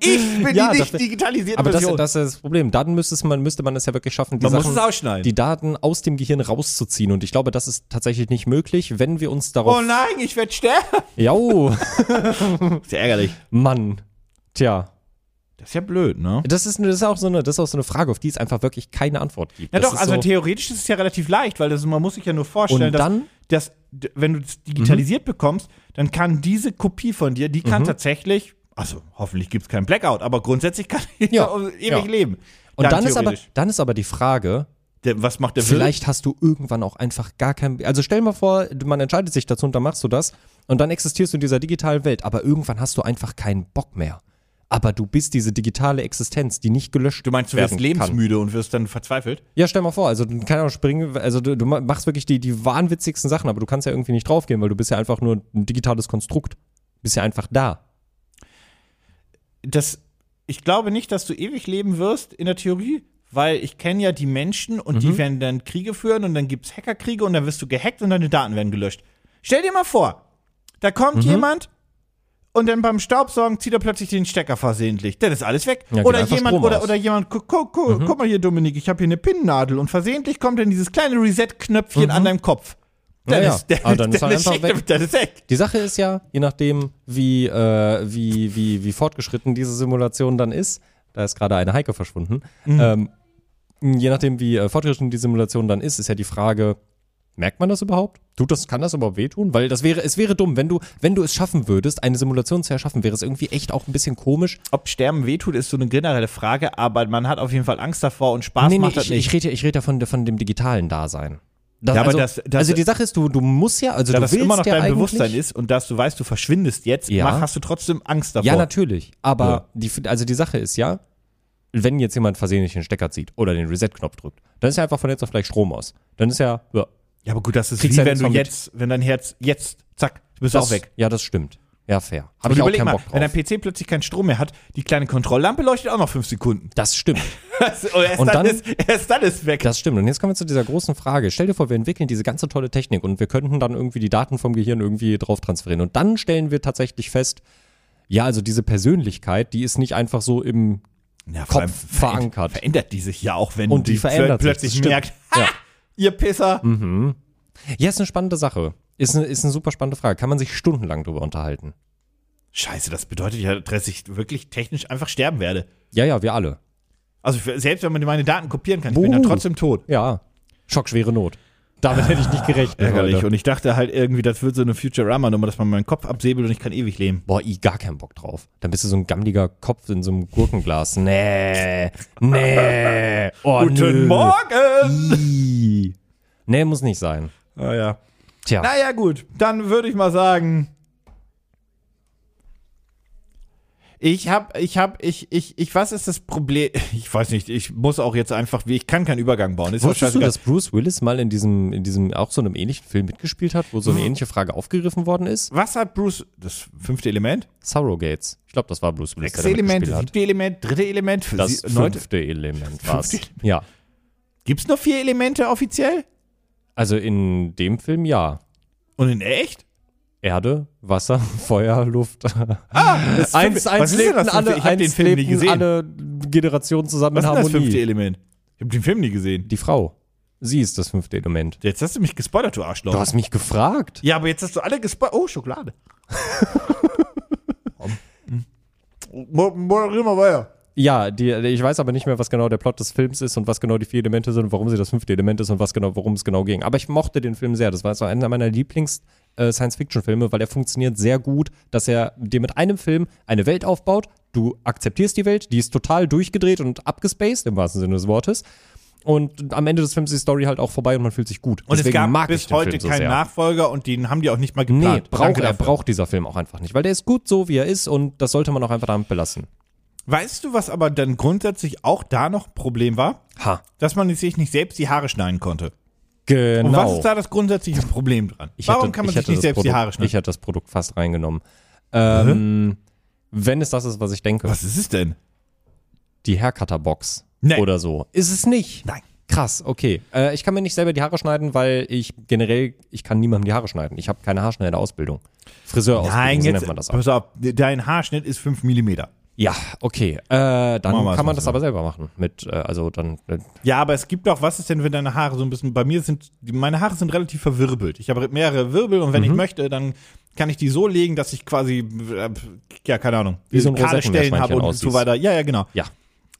S2: Ich bin
S3: Ja,
S2: die
S3: das-
S2: nicht digitalisierte
S3: Aber das,
S2: Version.
S3: das ist das Problem. Dann müsste es- man, müsste man es ja wirklich schaffen, die,
S2: Man muss
S3: Sachen,
S2: es ausschneiden.
S3: die Daten aus dem Gehirn rauszuziehen. Und ich glaube, das ist tatsächlich nicht möglich, wenn wir uns darauf.
S2: oh nein, ich werde sterben.
S3: Jau,
S2: Das ist ja ärgerlich.
S3: Mann. Tja.
S2: Das ist ja blöd, ne?
S3: Das ist, das, ist auch so eine, das ist auch so eine Frage, auf die es einfach wirklich keine Antwort gibt.
S2: Ja
S3: das
S2: doch,
S3: ist
S2: also
S3: so,
S2: theoretisch ist es ja relativ leicht, weil das, man muss sich ja nur vorstellen,
S3: Und dann? Mhm.
S2: dass, dass d- wenn du es digitalisiert bekommst, dann kann diese Kopie von dir, die kann tatsächlich, also hoffentlich gibt es keinen Blackout, aber grundsätzlich kann die
S3: Ja,
S2: ja, ewig
S3: ja.
S2: leben.
S3: und dann ist, aber,
S2: theoretisch.
S3: dann ist aber die Frage,
S2: Der, was macht der
S3: Vielleicht hast du irgendwann auch einfach gar kein. Also stell mal vor, man entscheidet sich dazu und dann machst du das und dann existierst du in dieser digitalen Welt, aber irgendwann hast du einfach keinen Bock mehr. Aber du bist diese digitale Existenz, die nicht gelöscht
S2: Du meinst, du
S3: werden
S2: wirst
S3: kann.
S2: lebensmüde und wirst dann verzweifelt?
S3: Ja, stell mal vor, also du kannst auch springen, also du, du machst wirklich die, die wahnwitzigsten Sachen, aber du kannst ja irgendwie nicht draufgehen, weil du bist ja einfach nur ein digitales Konstrukt. Bist ja einfach da.
S2: Das, ich glaube nicht, dass du ewig leben wirst in der Theorie, weil ich kenne ja die Menschen und
S3: Mhm.
S2: die werden dann Kriege führen und dann gibt es Hackerkriege und dann wirst du gehackt und deine Daten werden gelöscht. Stell dir mal vor, da
S3: Mhm.
S2: kommt jemand und dann beim Staubsaugen zieht er plötzlich den Stecker versehentlich. Dann ist alles weg.
S3: Ja, geht
S2: oder,
S3: einfach Mhm.
S2: jemand,
S3: Strom
S2: oder,
S3: aus.
S2: oder jemand, guck, guck, guck, guck mal hier, Dominik, ich habe hier eine Pinnennadel und versehentlich kommt dann dieses kleine Reset-Knöpfchen an deinem Kopf.
S3: Mhm. Ja, ja. Ah, dann ist er einfach
S2: Schicht-
S3: weg.
S2: Dann ist weg.
S3: Die Sache ist ja, je nachdem, wie, äh, wie, wie, wie fortgeschritten diese Simulation dann ist, da ist gerade eine Heike verschwunden,
S2: Mhm.
S3: ähm, je nachdem, wie äh, fortgeschritten die Simulation dann ist, ist ja die Frage, merkt man das überhaupt? Tut das, kann das überhaupt wehtun? Weil das wäre, es wäre dumm, wenn du, wenn du es schaffen würdest, eine Simulation zu erschaffen, wäre es irgendwie echt auch ein bisschen komisch.
S2: ob Sterben wehtut, ist so eine generelle Frage, aber man hat auf jeden Fall Angst davor und Spaß macht das
S3: ich, ich
S2: nicht.
S3: rede ich rede ja von, von dem digitalen Dasein. Das-
S2: Ja, aber
S3: also,
S2: das- das-
S3: also die Sache ist, du, du musst ja, also
S2: Da
S3: du
S2: das
S3: willst
S2: immer noch
S3: ja
S2: dein
S3: eigentlich-
S2: Bewusstsein ist und dass du weißt, du verschwindest jetzt,
S3: Ja.
S2: mach, hast du trotzdem Angst davor.
S3: Ja, natürlich. Aber
S2: Ja.
S3: Die, also die Sache ist ja, wenn jetzt jemand versehentlich den Stecker zieht oder den Reset-Knopf drückt, dann ist ja einfach von jetzt auf gleich Strom aus. Dann ist ja, ja
S2: Ja, aber gut, das ist
S3: Kriegst
S2: wie
S3: ja
S2: wenn
S3: nichts
S2: du
S3: von mit.
S2: jetzt, wenn dein Herz jetzt, zack, du bist
S3: das,
S2: auch weg.
S3: Ja, das stimmt. Ja, fair. Habe
S2: Und
S3: ich auch
S2: überleg
S3: keinen
S2: mal,
S3: Bock
S2: wenn dein
S3: drauf.
S2: PC plötzlich keinen Strom mehr hat, die kleine Kontrolllampe leuchtet auch noch fünf Sekunden.
S3: Das stimmt.
S2: Das, und erst,
S3: Und
S2: dann
S3: dann-
S2: ist, erst dann ist weg.
S3: Das stimmt. Und jetzt kommen wir zu dieser großen Frage. Stell dir vor, wir entwickeln diese ganze tolle Technik und wir könnten dann irgendwie die Daten vom Gehirn irgendwie drauf transferieren. Und dann stellen wir tatsächlich fest, ja, also diese Persönlichkeit, die ist nicht einfach so im
S2: Ja, vor
S3: Kopf
S2: allem
S3: verankert.
S2: verändert die sich ja auch, wenn
S3: Und die verändert sich,
S2: plötzlich
S3: das stimmt. Hm.
S2: merkt, ha,
S3: Ja.
S2: ihr Pisser.
S3: Ja, ist eine spannende Sache. Ist eine, ist eine super spannende Frage. Kann man sich stundenlang drüber unterhalten.
S2: Scheiße, das bedeutet ja, dass ich wirklich technisch einfach sterben werde.
S3: Ja, ja, wir alle.
S2: Also für, selbst wenn man meine Daten kopieren kann, ich bin
S3: Buh.
S2: dann trotzdem tot.
S3: Ja. Schockschwere Not. Damit hätte ich nicht gerechnet.
S2: Ärgerlich.
S3: Leute.
S2: Und ich dachte halt irgendwie, das wird so eine Futurama-Nummer, dass man meinen Kopf absäbelt und ich kann ewig leben.
S3: Boah, ich gar keinen Bock drauf. Dann bist du so ein gammliger Kopf in so einem Gurkenglas. Nee. Nee. Oh, nö.
S2: Morgen!
S3: Ii. Nee, muss nicht sein.
S2: Ah ja.
S3: Tja.
S2: Naja, gut. Dann würde ich mal sagen. Ich hab, ich hab, ich, ich, ich, was ist das Problem? Ich weiß nicht, ich muss auch jetzt einfach, wie, ich kann keinen Übergang bauen. Ist auch
S3: Wusstest du,
S2: scheißegal.
S3: dass Bruce Willis mal in diesem, in diesem, auch so einem ähnlichen Film mitgespielt hat, wo so eine
S2: Hm.
S3: ähnliche Frage aufgegriffen worden ist?
S2: Was hat Bruce, das fünfte Element?
S3: Surrogates. Ich glaube, das war Bruce Willis,
S2: Sechste
S3: der da
S2: Element,
S3: mitgespielt hat.
S2: siebte Element, dritte Element, für
S3: Das
S2: sie- neunte.
S3: fünfte Element war es.
S2: Fünfte
S3: Ja.
S2: Gibt's nur vier Elemente offiziell?
S3: Also in dem Film ja.
S2: Und in echt?
S3: Erde, Wasser, Feuer, Luft.
S2: Das
S3: Äh, eins,
S2: fünfte-
S3: eins
S2: was ist denn
S3: lebten
S2: das fünfte?
S3: alle,
S2: Ich hab
S3: eins
S2: den Film nie
S3: lebten
S2: gesehen.
S3: alle Generationen zusammen
S2: Was
S3: in
S2: ist denn das fünfte
S3: Harmonie.
S2: Element? Ich habe den Film nie gesehen.
S3: Die Frau. Sie ist das fünfte Element.
S2: Jetzt hast du mich gespoilert, du Arschloch.
S3: Du hast mich gefragt.
S2: ja, aber jetzt hast du alle gespoilert. Oh, Schokolade.
S3: Hm.
S2: Moderieren wir weiter.
S3: Ja, die, ich weiß aber nicht mehr, was genau der Plot des Films ist und was genau die vier Elemente sind und warum sie das fünfte Element ist und was genau, worum es genau ging. Aber ich mochte den Film sehr. Das war so einer meiner Lieblings äh, Science-Fiction-Filme, weil der funktioniert sehr gut, dass er dir mit einem Film eine Welt aufbaut. Du akzeptierst die Welt, die ist total durchgedreht und abgespaced im wahrsten Sinne des Wortes. Und am Ende des Films ist die Story halt auch vorbei und man fühlt sich gut.
S2: Und es
S3: Deswegen
S2: gab
S3: mag ich
S2: bis
S3: den
S2: heute
S3: Film so
S2: keinen
S3: sehr.
S2: Nachfolger und den haben die auch nicht mal
S3: Nee,
S2: geplant.
S3: braucht,
S2: Danke
S3: er
S2: dafür.
S3: braucht dieser Film auch einfach nicht, weil der ist gut so, wie er ist und das sollte man auch einfach damit belassen.
S2: Weißt du, was aber dann grundsätzlich auch da noch ein Problem war?
S3: Ha.
S2: Dass man sich nicht selbst die Haare schneiden konnte.
S3: Genau.
S2: Und was ist da das grundsätzliche Problem dran?
S3: Ich
S2: Warum
S3: hätte-
S2: kann man
S3: ich
S2: sich
S3: hätte
S2: nicht
S3: das
S2: selbst die
S3: Produkt-
S2: Haare
S3: Ich
S2: schneiden?
S3: hätte das Produkt fast reingenommen. Ähm, wenn es das ist, was ich denke,
S2: Was ist es denn?
S3: die Haircutter-Box
S2: Nee.
S3: oder so. Ist es nicht?
S2: Nein.
S3: Krass, okay. Äh, ich kann mir nicht selber die Haare schneiden, weil ich generell, ich kann niemandem die Haare schneiden. Ich habe keine Haarschneiderausbildung. Friseurausbildung, so nennt man das auch.
S2: pass auf, dein Haarschnitt ist 5 mm.
S3: Ja, okay. Äh, dann
S2: Machen wir
S3: kann man
S2: es mal
S3: das
S2: so.
S3: aber selber machen. Mit, äh, also dann, äh,
S2: Ja, aber es gibt auch, was ist denn, wenn deine Haare so ein bisschen, bei mir sind, die- meine Haare sind relativ verwirbelt. Ich habe mehrere Wirbel und
S3: Mhm.
S2: wenn ich möchte, dann kann ich die so legen, dass ich quasi, äh, ja, keine Ahnung,
S3: Wie so ein
S2: kahle Stellen habe und
S3: Rosettenmeerschweinchen
S2: so weiter. Ja, ja, genau.
S3: ja,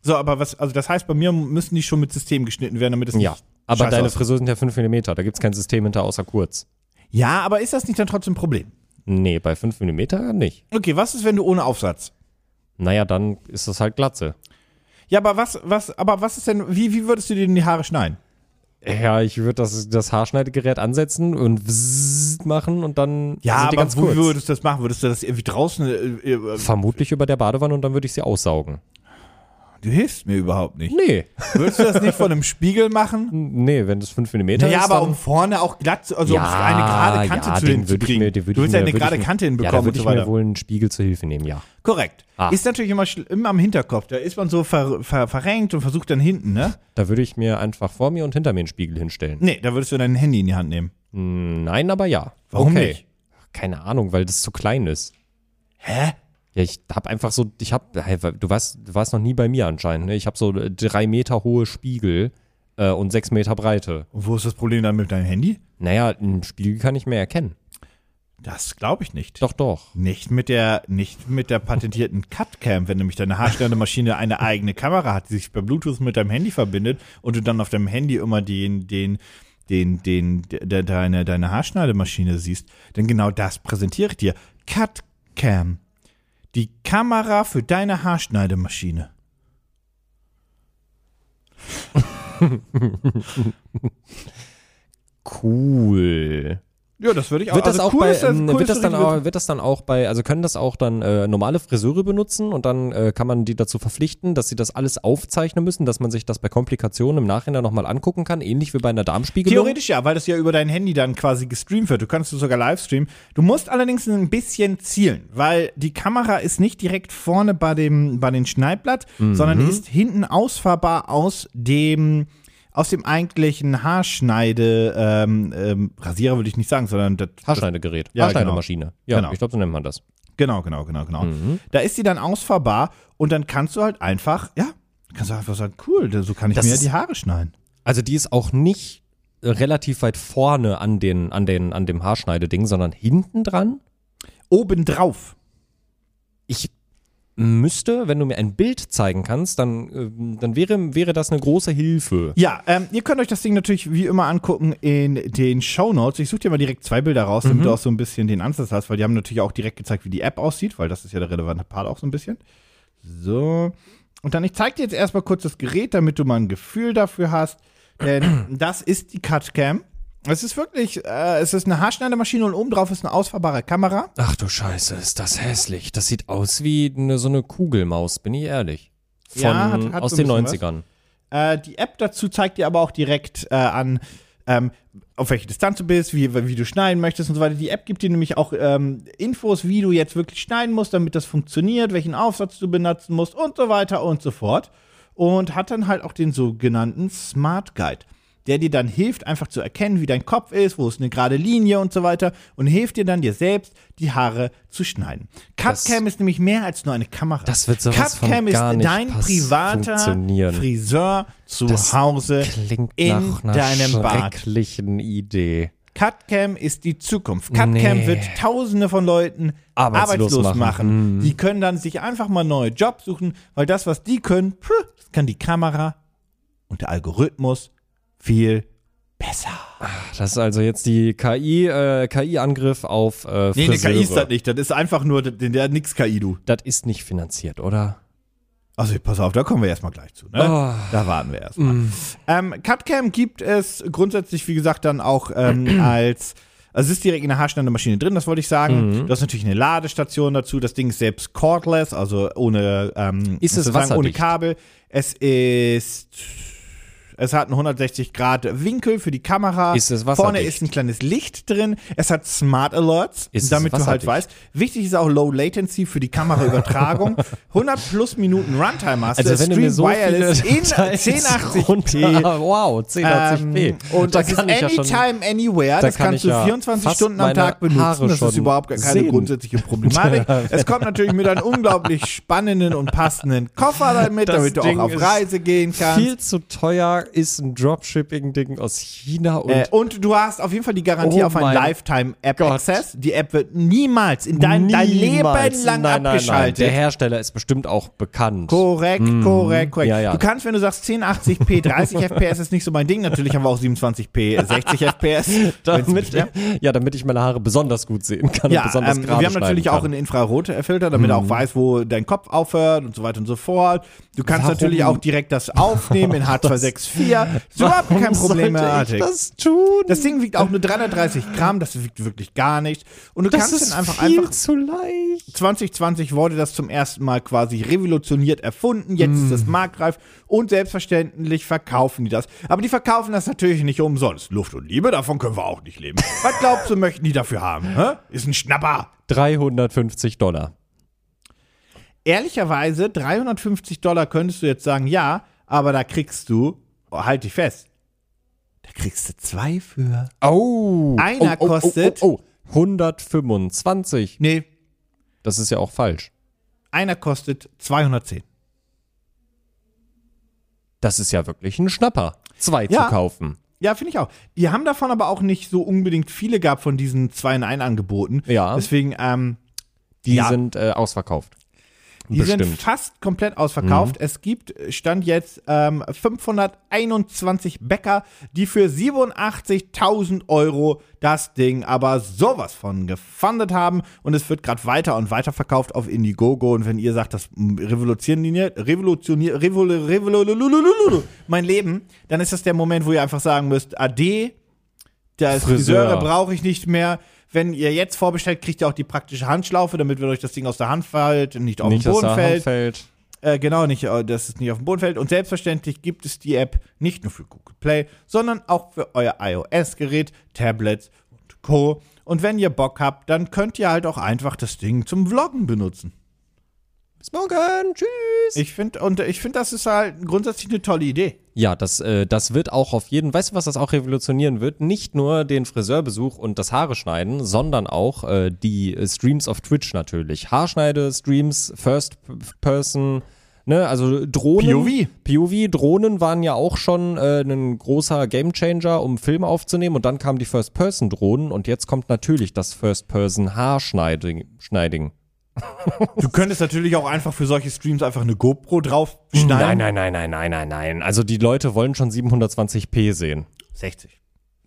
S2: So, aber was, also das heißt, bei mir müssen die schon mit System geschnitten werden, damit es
S3: ja.
S2: nicht
S3: Aber
S2: scheiße
S3: deine
S2: aussieht.
S3: Frisur sind ja 5 mm, da gibt's kein System hinter außer kurz.
S2: Ja, aber ist das nicht dann trotzdem ein Problem?
S3: Nee, bei 5 mm nicht.
S2: Okay, was ist, wenn du ohne Aufsatz?
S3: Naja, dann ist das halt Glatze.
S2: Ja, aber was, was, aber was ist denn, wie, wie würdest du dir denn die Haare schneiden?
S3: Ja, ich würde das, das Haarschneidegerät ansetzen und wzzzt machen und dann
S2: Ja,
S3: sind
S2: aber
S3: die ganz
S2: wo
S3: kurz.
S2: würdest du das machen? Würdest du das irgendwie draußen, äh, äh,
S3: Vermutlich über der Badewanne und dann würde ich sie aussaugen.
S2: du hilfst mir überhaupt nicht.
S3: Nee.
S2: Würdest du das nicht vor einem Spiegel machen?
S3: Nee, wenn das 5 mm ist.
S2: Ja, aber
S3: dann,
S2: um vorne auch glatt, zu- also um
S3: Ja,
S2: eine gerade Kante
S3: ja,
S2: zu
S3: den würd ich
S2: hinzukriegen.
S3: mir- den würd
S2: du willst ja
S3: ich mir-
S2: eine
S3: würd ich
S2: gerade
S3: mir-
S2: Kante
S3: Ja, da
S2: hinbekommen
S3: würde
S2: und so
S3: ich mir
S2: weiter.
S3: wohl einen Spiegel zur Hilfe nehmen, ja.
S2: Korrekt.
S3: Ah.
S2: Ist natürlich immer, schl- immer am Hinterkopf. Da ist man so ver, ver, verrenkt und versucht dann hinten, ne?
S3: Da würde ich mir einfach vor mir und hinter mir einen Spiegel hinstellen.
S2: Nee, da würdest du dein Handy in die Hand nehmen.
S3: Nein, aber ja.
S2: Warum
S3: okay.
S2: nicht?
S3: Keine Ahnung, weil das zu klein ist.
S2: Hä?
S3: Ja, ich hab einfach so, ich hab, hey, du warst, du warst noch nie bei mir anscheinend, ne? Ich hab so drei Meter hohe Spiegel äh, und sechs Meter Breite.
S2: Und wo ist das Problem dann mit deinem Handy?
S3: Naja, einen Spiegel kann ich mehr erkennen.
S2: Das glaube ich nicht.
S3: Doch, doch.
S2: Nicht mit der, nicht mit der patentierten Cutcam, wenn nämlich deine Haarschneidemaschine eine eigene Kamera hat, die sich per Bluetooth mit deinem Handy verbindet und du dann auf deinem Handy immer den, den, den, den, de, de, deine, deine Haarschneidemaschine siehst. Denn genau das präsentiere ich dir. Cutcam. Die Kamera für deine Haarschneidemaschine.
S3: Cool.
S2: Ja, das würde ich
S3: Wird das
S2: also
S3: auch
S2: cool
S3: bei,
S2: ist das-
S3: ähm,
S2: cool
S3: wird
S2: ist
S3: das dann
S2: richtig-
S3: auch, wird das dann auch bei, also können das auch dann äh, normale Friseure benutzen und dann äh, kann man die dazu verpflichten, dass sie das alles aufzeichnen müssen, dass man sich das bei Komplikationen im Nachhinein nochmal angucken kann, ähnlich wie bei einer Darmspiegelung.
S2: Theoretisch ja, weil das ja über dein Handy dann quasi gestreamt wird. Du kannst es sogar live streamen. Du musst allerdings ein bisschen zielen, weil die Kamera ist nicht direkt vorne bei dem, bei dem Schneidblatt,
S3: Mhm.
S2: sondern die ist hinten ausfahrbar aus dem, aus dem eigentlichen Haarschneide, ähm, ähm, Rasierer würde ich nicht sagen, sondern das, das
S3: Haarschneidegerät,
S2: Ja,
S3: Haarschneidemaschine. Ja,
S2: Genau.
S3: ich glaube, so nennt man das.
S2: Genau, genau, genau, genau.
S3: Mhm.
S2: Da ist sie dann ausfahrbar und dann kannst du halt einfach, ja, kannst du einfach sagen, cool, so kann ich
S3: Das
S2: mir
S3: ist-
S2: die Haare schneiden.
S3: Also die ist auch nicht äh, relativ weit vorne an, den, an, den, an dem Haarschneideding, sondern hinten dran.
S2: Obendrauf.
S3: Ich müsste, wenn du mir ein Bild zeigen kannst, dann, ähm, dann wäre, wäre das eine große Hilfe.
S2: Ja, ähm, ihr könnt euch das Ding natürlich wie immer angucken in den Shownotes. Ich suche dir mal direkt zwei Bilder raus, damit du auch so ein bisschen den Ansatz hast, weil die haben natürlich auch direkt gezeigt, wie die App aussieht, weil das ist ja der relevante Part auch so ein bisschen. So. Und dann, ich zeige dir jetzt erstmal kurz das Gerät, damit du mal ein Gefühl dafür hast. Denn das ist die Cutcam. Es ist wirklich, äh, es ist eine Haarschneidemaschine und obendrauf ist eine ausfahrbare Kamera.
S3: Ach du Scheiße, ist das hässlich. Das sieht aus wie eine, so eine Kugelmaus, bin ich ehrlich. Von,
S2: Ja, hat- hat
S3: aus
S2: so ein
S3: den
S2: bisschen
S3: 90ern.
S2: Äh, die App dazu zeigt dir aber auch direkt äh, an, ähm, auf welche Distanz du bist, wie, wie du schneiden möchtest und so weiter. Die App gibt dir nämlich auch ähm, Infos, wie du jetzt wirklich schneiden musst, damit das funktioniert, welchen Aufsatz du benutzen musst und so weiter und so fort. Und hat dann halt auch den sogenannten Smart Guide, der dir dann hilft, einfach zu erkennen, wie dein Kopf ist, wo ist eine gerade Linie und so weiter und hilft dir dann dir selbst die Haare zu schneiden. Cutcam ist nämlich mehr als nur eine Kamera.
S3: Das wird sowas von
S2: Cutcam
S3: gar
S2: ist
S3: nicht
S2: dein
S3: pass-
S2: privater
S3: funktionieren.
S2: Friseur zu
S3: Das
S2: Hause
S3: Klingt
S2: in
S3: nach einer
S2: deinem Bad.
S3: schrecklichen Idee.
S2: Cutcam ist die Zukunft. Cutcam
S3: Nee.
S2: wird tausende von Leuten
S3: Arbeitslos
S2: arbeitslos, machen.
S3: machen. Hm.
S2: Die können dann sich einfach mal neue Jobs suchen, weil das, was die können, pff, das kann die Kamera und der Algorithmus viel besser.
S3: Das ist also jetzt die KI, äh, KI-Angriff auf äh,
S2: Nee,
S3: Friseure.
S2: eine KI ist das nicht. Das ist einfach nur, der, der hat nix KI, du.
S3: Das ist nicht finanziert, oder?
S2: Also pass auf, da kommen wir erstmal gleich zu. Ne?
S3: Oh.
S2: Da warten wir erstmal.
S3: Mm.
S2: Ähm, Cutcam gibt es grundsätzlich, wie gesagt, dann auch ähm, als. Also es ist direkt in der Haarschneidemaschine drin, das wollte ich
S3: Mhm.
S2: sagen. Du hast natürlich eine Ladestation dazu. Das Ding ist selbst cordless, also ohne, ähm,
S3: Ist es
S2: sozusagen ohne
S3: wasserdicht?
S2: Kabel. Es ist. Es hat einen 160 Grad Winkel für die Kamera.
S3: Ist es
S2: Vorne
S3: wasserdicht?
S2: ist ein kleines Licht drin. Es hat Smart Alerts,
S3: Ist es
S2: damit du halt
S3: wasserdicht?
S2: weißt. Wichtig ist auch Low Latency für die Kameraübertragung. 100 plus Minuten Runtime hast
S3: Also
S2: du.
S3: wenn du mir so viele
S2: wireless in
S3: Details
S2: 1080p.
S3: runter- Wow, 1080p.
S2: Ähm, und das ist anytime, anywhere. Das
S3: kann
S2: kannst
S3: ich
S2: du
S3: ja
S2: 24
S3: fast
S2: Stunden am
S3: meine
S2: Tag benutzen.
S3: Haare
S2: das ist
S3: schon
S2: überhaupt gar keine
S3: sehen.
S2: grundsätzliche Problematik. es kommt natürlich mit einem unglaublich spannenden und passenden Koffer damit,
S3: Das
S2: damit du
S3: Ding
S2: auch auf
S3: ist
S2: Reise gehen kannst.
S3: Viel zu teuer ist ein Dropshipping-Ding aus China und
S2: Äh, und du hast auf jeden Fall die Garantie
S3: Oh
S2: auf einen
S3: mein Gott.
S2: Lifetime-App-Access. Die App wird niemals in dein, dein Leben
S3: niemals-
S2: lang
S3: nein, nein, nein.
S2: abgeschaltet.
S3: Der Hersteller ist bestimmt auch bekannt.
S2: Korrekt, korrekt, korrekt.
S3: Ja, ja.
S2: Du kannst, wenn du sagst 1080p, 30 FPS ist nicht so mein Ding, natürlich haben wir auch 27p, 60 FPS. wenn's
S3: damit,
S2: beschwert.
S3: ja, damit ich meine Haare besonders gut sehen kann und
S2: ja,
S3: besonders
S2: ähm, wir
S3: gerade
S2: haben natürlich
S3: schneiden Hm.
S2: auch einen Infrarotfilter, damit er auch weiß, wo dein Kopf aufhört und so weiter und so fort. Du kannst
S3: Warum?
S2: natürlich auch direkt das aufnehmen in H264. Ist
S3: kann.
S2: überhaupt kein
S3: Warum
S2: Problem mehr.
S3: sollte
S2: Artig.
S3: ich das tun?
S2: Das Ding wiegt auch nur 330 Gramm, das wiegt wirklich gar nicht. Und du
S3: Das
S2: kannst
S3: ist
S2: dann einfach,
S3: viel
S2: einfach
S3: zu leicht.
S2: 2020 wurde das zum ersten Mal quasi revolutioniert erfunden. Jetzt
S3: Mm.
S2: ist es marktreif und selbstverständlich verkaufen die das. Aber die verkaufen das natürlich nicht umsonst. Luft und Liebe, davon können wir auch nicht leben. Was glaubst du, möchten die dafür haben? Hä? Ist ein Schnapper.
S3: 350 Dollar.
S2: Ehrlicherweise, 350 Dollar könntest du jetzt sagen, ja, aber da kriegst du, oh, halt dich fest, da kriegst du zwei für.
S3: Oh.
S2: Einer
S3: oh, oh,
S2: kostet-
S3: Oh, oh, oh. 125.
S2: Nee,
S3: Das ist ja auch falsch.
S2: einer kostet 210.
S3: Das ist ja wirklich ein Schnapper. Zwei
S2: Ja.
S3: zu kaufen.
S2: Ja, finde ich auch. Die haben davon aber auch nicht so unbedingt viele gehabt von diesen 2 in 1 Angeboten.
S3: Ja.
S2: Deswegen, ähm,
S3: Die
S2: Ja.
S3: sind äh, ausverkauft.
S2: die sind
S3: Bestimmt.
S2: fast komplett ausverkauft. Es gibt, stand jetzt, ähm, 521 Bäcker, die für 87.000 Euro das Ding aber sowas von gefundet haben. Und es wird gerade weiter und weiter verkauft auf Indiegogo. Und wenn ihr sagt, das mm, revolutioniert, revolutioniert, revolu- revololololololol mein Leben, dann ist das der Moment, wo ihr einfach sagen müsst, ade, das
S3: Friseur.
S2: Friseure brauche ich nicht mehr. Wenn ihr jetzt vorbestellt, kriegt ihr auch die praktische Handschlaufe, damit wir euch das Ding aus der Hand fällt und nicht auf
S3: Nicht,
S2: den
S3: dass
S2: Boden
S3: da
S2: fällt.
S3: Handfeld.
S2: Äh, genau, nicht, äh, dass es nicht auf den Boden fällt. Und selbstverständlich gibt es die App nicht nur für Google Play, sondern auch für euer iOS-Gerät, Tablets und Co. Und wenn ihr Bock habt, dann könnt ihr halt auch einfach das Ding zum Vloggen benutzen.
S3: Bis morgen. Tschüss.
S2: Ich finde, und ich finde, das ist halt grundsätzlich eine tolle Idee.
S3: Ja, das, äh, das wird auch auf jeden, weißt du, was das auch revolutionieren wird? Nicht nur den Friseurbesuch und das Haare schneiden, sondern auch äh, die äh, Streams auf Twitch natürlich. Haarschneide, Streams, First P- Person, ne, also Drohnen.
S2: POV.
S3: POV, Drohnen waren ja auch schon äh, ein großer Gamechanger, um Filme aufzunehmen und dann kamen die First Person Drohnen und jetzt kommt natürlich das First Person Haarschneiding. Schneiding.
S2: Du könntest natürlich auch einfach für solche Streams einfach eine GoPro drauf schneiden.
S3: Nein, nein, nein, nein, nein, nein, nein. Also die Leute wollen schon 720p sehen.
S2: 60.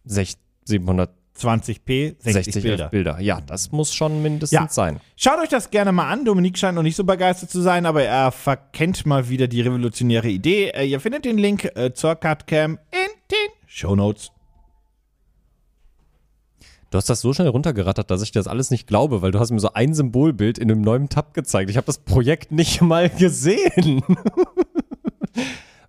S3: Sech- 700
S2: 20p, 60,
S3: 60
S2: Bilder.
S3: Bilder. Bilder. Ja, das muss schon mindestens
S2: Ja.
S3: sein.
S2: Schaut euch das gerne mal an. Dominik scheint noch nicht so begeistert zu sein, aber er verkennt mal wieder die revolutionäre Idee. Äh, Ihr findet den Link äh, zur Cardcam in den Shownotes.
S3: Du hast das so schnell runtergerattert, dass ich das alles nicht glaube, weil du hast mir so ein Symbolbild in einem neuen Tab gezeigt. Ich habe das Projekt nicht mal gesehen.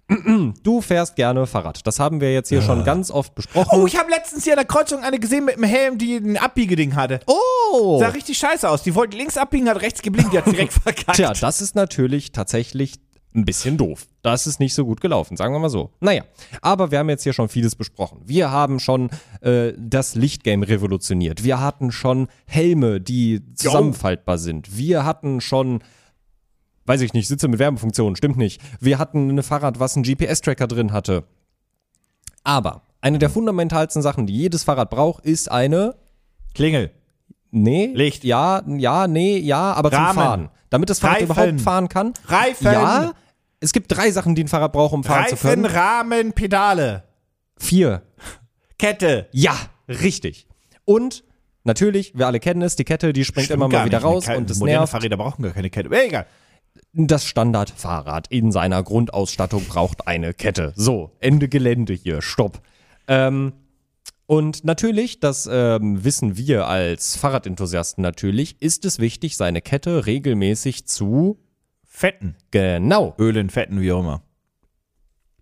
S3: du fährst gerne Fahrrad. Das haben wir jetzt hier schon ganz oft besprochen.
S2: Oh, ich habe letztens hier an der Kreuzung eine gesehen mit einem Helm, die ein Abbiegeding hatte.
S3: Oh!
S2: Sah richtig scheiße aus. Die wollte links abbiegen, hat rechts geblinkt, die hat direkt verkackt.
S3: Tja, das ist natürlich tatsächlich ein bisschen doof. Das ist nicht so gut gelaufen, sagen wir mal so. Naja, aber wir haben jetzt hier schon vieles besprochen. Wir haben schon äh, das Lichtgame revolutioniert. Wir hatten schon Helme, die zusammenfaltbar sind. Wir hatten schon, weiß ich nicht, Sitze mit Wärmefunktion, stimmt nicht. Wir hatten eine Fahrrad, was einen GPS-Tracker drin hatte. Aber eine der fundamentalsten Sachen, die jedes Fahrrad braucht, ist eine
S2: Klingel.
S3: Nee.
S2: Licht.
S3: Ja, ja, nee, ja, aber
S2: Rahmen.
S3: zum Fahren. Damit das Fahrrad
S2: Reifen.
S3: überhaupt fahren kann.
S2: Reifen.
S3: Ja. Es gibt drei Sachen, die ein Fahrrad braucht, um fahren zu
S2: Reifen,
S3: können.
S2: Rahmen, Pedale.
S3: Vier.
S2: Kette.
S3: Ja, richtig. Und natürlich, wir alle kennen es, die Kette, die springt immer mal wieder raus und es
S2: moderne
S3: nervt.
S2: Fahrräder brauchen gar keine Kette. Egal.
S3: Das Standardfahrrad in seiner Grundausstattung braucht eine Kette. So, Ende Gelände hier, stopp. Ähm, und natürlich, das ähm, wissen wir als Fahrradenthusiasten natürlich, ist es wichtig, seine Kette regelmäßig zu.
S2: Fetten.
S3: Genau.
S2: Ölen, Fetten, wie auch immer.